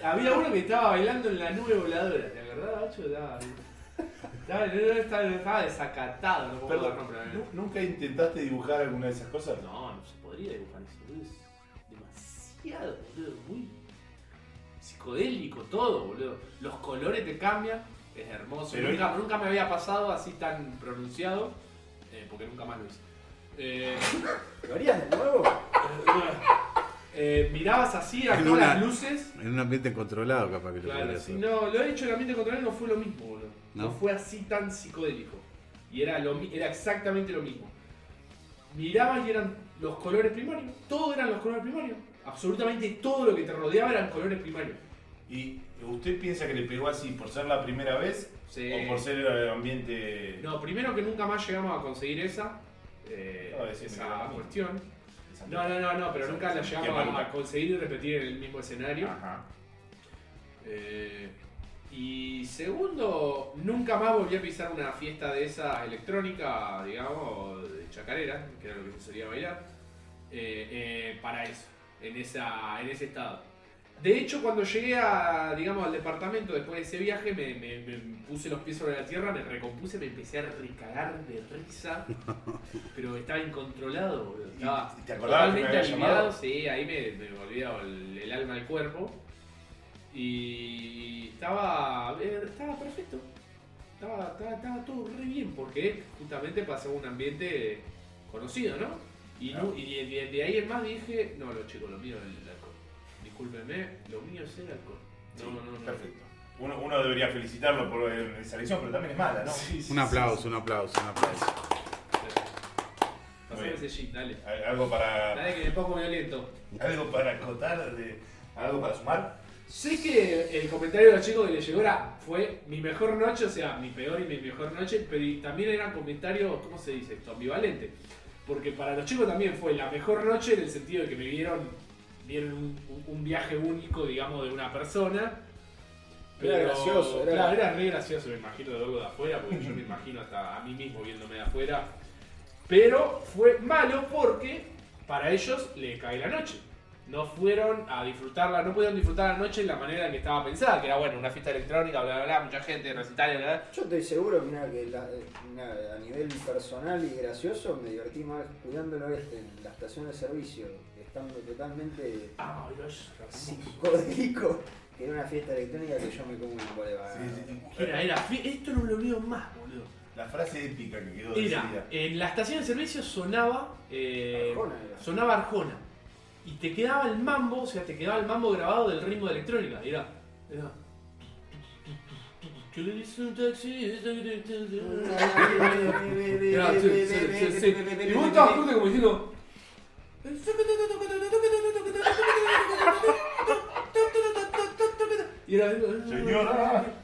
Speaker 4: la- Había uno que estaba bailando en la nube voladora, ¿te acordás, Bacho? Estaba, estaba, estaba, estaba desacatado, no puedo
Speaker 2: Perdón,
Speaker 4: dar nombre,
Speaker 2: ¿nu- ¿nunca intentaste dibujar alguna de esas cosas?
Speaker 4: No, no se podría dibujar eso, boludo. Es demasiado, boludo. Muy psicodélico todo, boludo. Los colores te cambian, es hermoso.
Speaker 2: Pero-
Speaker 4: nunca, nunca me había pasado así tan pronunciado, eh, porque nunca más lo hice. Eh,
Speaker 3: ¿Lo harías de nuevo?
Speaker 4: eh, mirabas así a
Speaker 1: En
Speaker 4: todas
Speaker 1: una-
Speaker 4: las luces.
Speaker 1: En un ambiente controlado capaz que lo
Speaker 4: Claro,
Speaker 1: podría
Speaker 4: sí,
Speaker 1: hacer.
Speaker 4: no, lo he hecho en el ambiente controlado no fue lo mismo, boludo.
Speaker 1: ¿No?
Speaker 4: ¿No? fue así tan psicodélico. Y era, lo, mi- era exactamente lo mismo. Mirabas y eran los colores primarios. Todo eran los colores primarios. Absolutamente todo lo que te rodeaba eran colores primarios.
Speaker 2: ¿Y usted piensa que le pegó así por ser la primera vez
Speaker 4: Sí.
Speaker 2: o por ser eh, ambiente...
Speaker 4: No, primero que nunca más llegamos a conseguir esa, eh,
Speaker 2: Acaba de decirme que era
Speaker 4: esa
Speaker 2: lo mismo.
Speaker 4: cuestión. No, no, no, no, pero nunca la
Speaker 2: Qué
Speaker 4: llegamos a-
Speaker 2: maluca.
Speaker 4: a conseguir y repetir en el mismo escenario.
Speaker 2: Ajá.
Speaker 4: Eh, y segundo, nunca más volví a pisar una fiesta de esa electrónica, digamos, de chacarera, que era lo que se solía bailar, eh, eh, para eso, en, esa, en ese estado. De hecho, cuando llegué a, digamos, al departamento después de ese viaje, me, me- me puse los pies sobre la tierra, me recompuse, me empecé a recagar de risa, pero estaba incontrolado, boludo,
Speaker 2: ¿Y
Speaker 4: estaba-
Speaker 2: ¿Te acordabas que me
Speaker 4: Totalmente
Speaker 2: había
Speaker 4: aliviado,
Speaker 2: llamado?
Speaker 4: sí, ahí me, me volvía el, el alma al cuerpo. Y estaba, eh, estaba perfecto. Estaba estaba, estaba, estaba todo re bien porque él justamente pasaba un ambiente conocido, ¿no? Y, no- y de, de- de ahí en más dije, no, los chicos, lo mío es el alcohol. Discúlpenme, lo mío es el alcohol. No,
Speaker 2: Sí,
Speaker 4: no, no.
Speaker 2: Perfecto. Uno, uno debería felicitarlo por eh, esa elección, pero también es mala, ¿no?
Speaker 4: Sí, sí,
Speaker 1: Un aplauso, un aplauso, un aplauso.
Speaker 4: Pasame ese shit, dale.
Speaker 2: Al- Algo para,
Speaker 4: Dale que me pongo violento.
Speaker 2: algo para acotar, de, algo para sumar.
Speaker 4: Sé que el comentario de los chicos que le llegó era, fue mi mejor noche, o sea, mi peor y mi mejor noche, pero y también eran comentarios, ¿cómo se dice esto? Ambivalente. Porque para los chicos también fue la mejor noche en el sentido de que me vieron, vieron un, un viaje único, digamos, de una persona.
Speaker 3: Era gracioso, era-
Speaker 4: claro, era, re gracioso, me imagino, de verlo de afuera, porque yo me imagino hasta a mí mismo viéndome de afuera. Pero fue malo porque para ellos le cae la noche. No fueron a disfrutarla, no pudieron disfrutar la noche en la manera en que estaba pensada, que era bueno, una fiesta electrónica, bla, bla, bla, mucha gente, recitales, bla, bla.
Speaker 3: Yo estoy seguro mirá, que la- eh, mirá, a nivel personal y gracioso me divertí más cuidándolo este en la estación de servicio, estando totalmente
Speaker 4: Ah, Dios,
Speaker 3: psicodélico, que era una fiesta electrónica que yo me como un boleva.
Speaker 2: Sí, sí, sí.
Speaker 4: Era, era, fi- esto no me lo olvido más, boludo.
Speaker 2: La frase épica que quedó
Speaker 4: Era,
Speaker 2: decidida.
Speaker 4: en la estación de servicio sonaba. eh,
Speaker 3: Arjona era.
Speaker 4: Sonaba Arjona. Y te quedaba el mambo, o sea, te quedaba el mambo grabado del ritmo de electrónica. Era. Era. Que le dice un taxi, esta que te- te- te- Era, sí, sí, sí, sí. Y vos estabas justo como diciendo. Y era.
Speaker 2: Señora,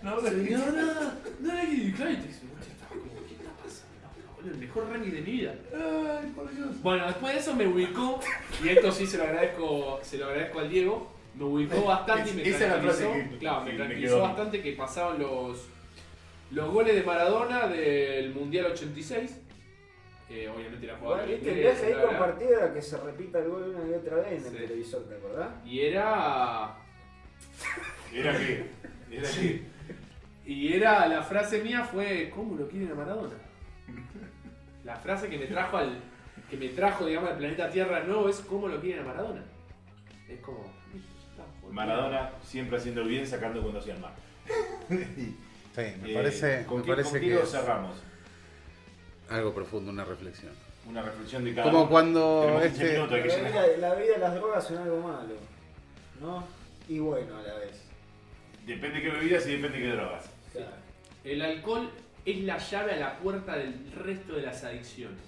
Speaker 2: no, no,
Speaker 4: Señora, no era Lady Clay. Te dice, vos estás como, ¿qué está pasando? acá, boludo? El mejor ranking de mi vida.
Speaker 2: Ay, por Dios.
Speaker 4: Bueno, después de eso me ubicó, y esto sí se lo agradezco, se lo agradezco al Diego, me ubicó bastante y me
Speaker 2: Esa es la frase
Speaker 4: tranquilizó,
Speaker 2: que-
Speaker 4: claro,
Speaker 2: que
Speaker 4: me
Speaker 2: me
Speaker 4: tranquilizó
Speaker 2: quedó.
Speaker 4: bastante que pasaban los, los goles de Maradona del Mundial 86. Eh, obviamente eh, la jugada
Speaker 3: Bueno,
Speaker 4: de
Speaker 3: viste, el
Speaker 4: Inglés,
Speaker 3: viaje ahí
Speaker 4: bla, bla, bla.
Speaker 3: compartido era que se repita el gol una y otra vez en
Speaker 4: Sí.
Speaker 3: el televisor, ¿te acordás?
Speaker 4: Y era.
Speaker 2: Era que. Era que.
Speaker 4: Y era. La frase mía fue. ¿Cómo lo quieren a Maradona? La frase que me trajo al. que me trajo, digamos, al planeta Tierra de nuevo es cómo lo quieren a Maradona. Es como. "Uy, está, boludo".
Speaker 2: Maradona siempre haciendo el bien, sacando cuando hacía el mal.
Speaker 1: Sí, me
Speaker 2: Eh,
Speaker 1: parece,
Speaker 2: ¿con
Speaker 1: me
Speaker 2: qué- con
Speaker 1: parece
Speaker 2: qué
Speaker 1: que
Speaker 2: lo
Speaker 1: es
Speaker 2: cerramos?
Speaker 1: algo profundo, una reflexión.
Speaker 2: Una reflexión de cada
Speaker 1: Como
Speaker 2: uno.
Speaker 1: cuando
Speaker 2: Tenemos 15
Speaker 1: este,
Speaker 2: minutos,
Speaker 3: La
Speaker 2: hay que llenar.
Speaker 3: vida, la vida y las drogas son algo malo, ¿no? Y bueno a la vez.
Speaker 2: Depende qué bebidas y depende qué drogas.
Speaker 3: O sea,
Speaker 4: El alcohol es la llave a la puerta del resto de las adicciones.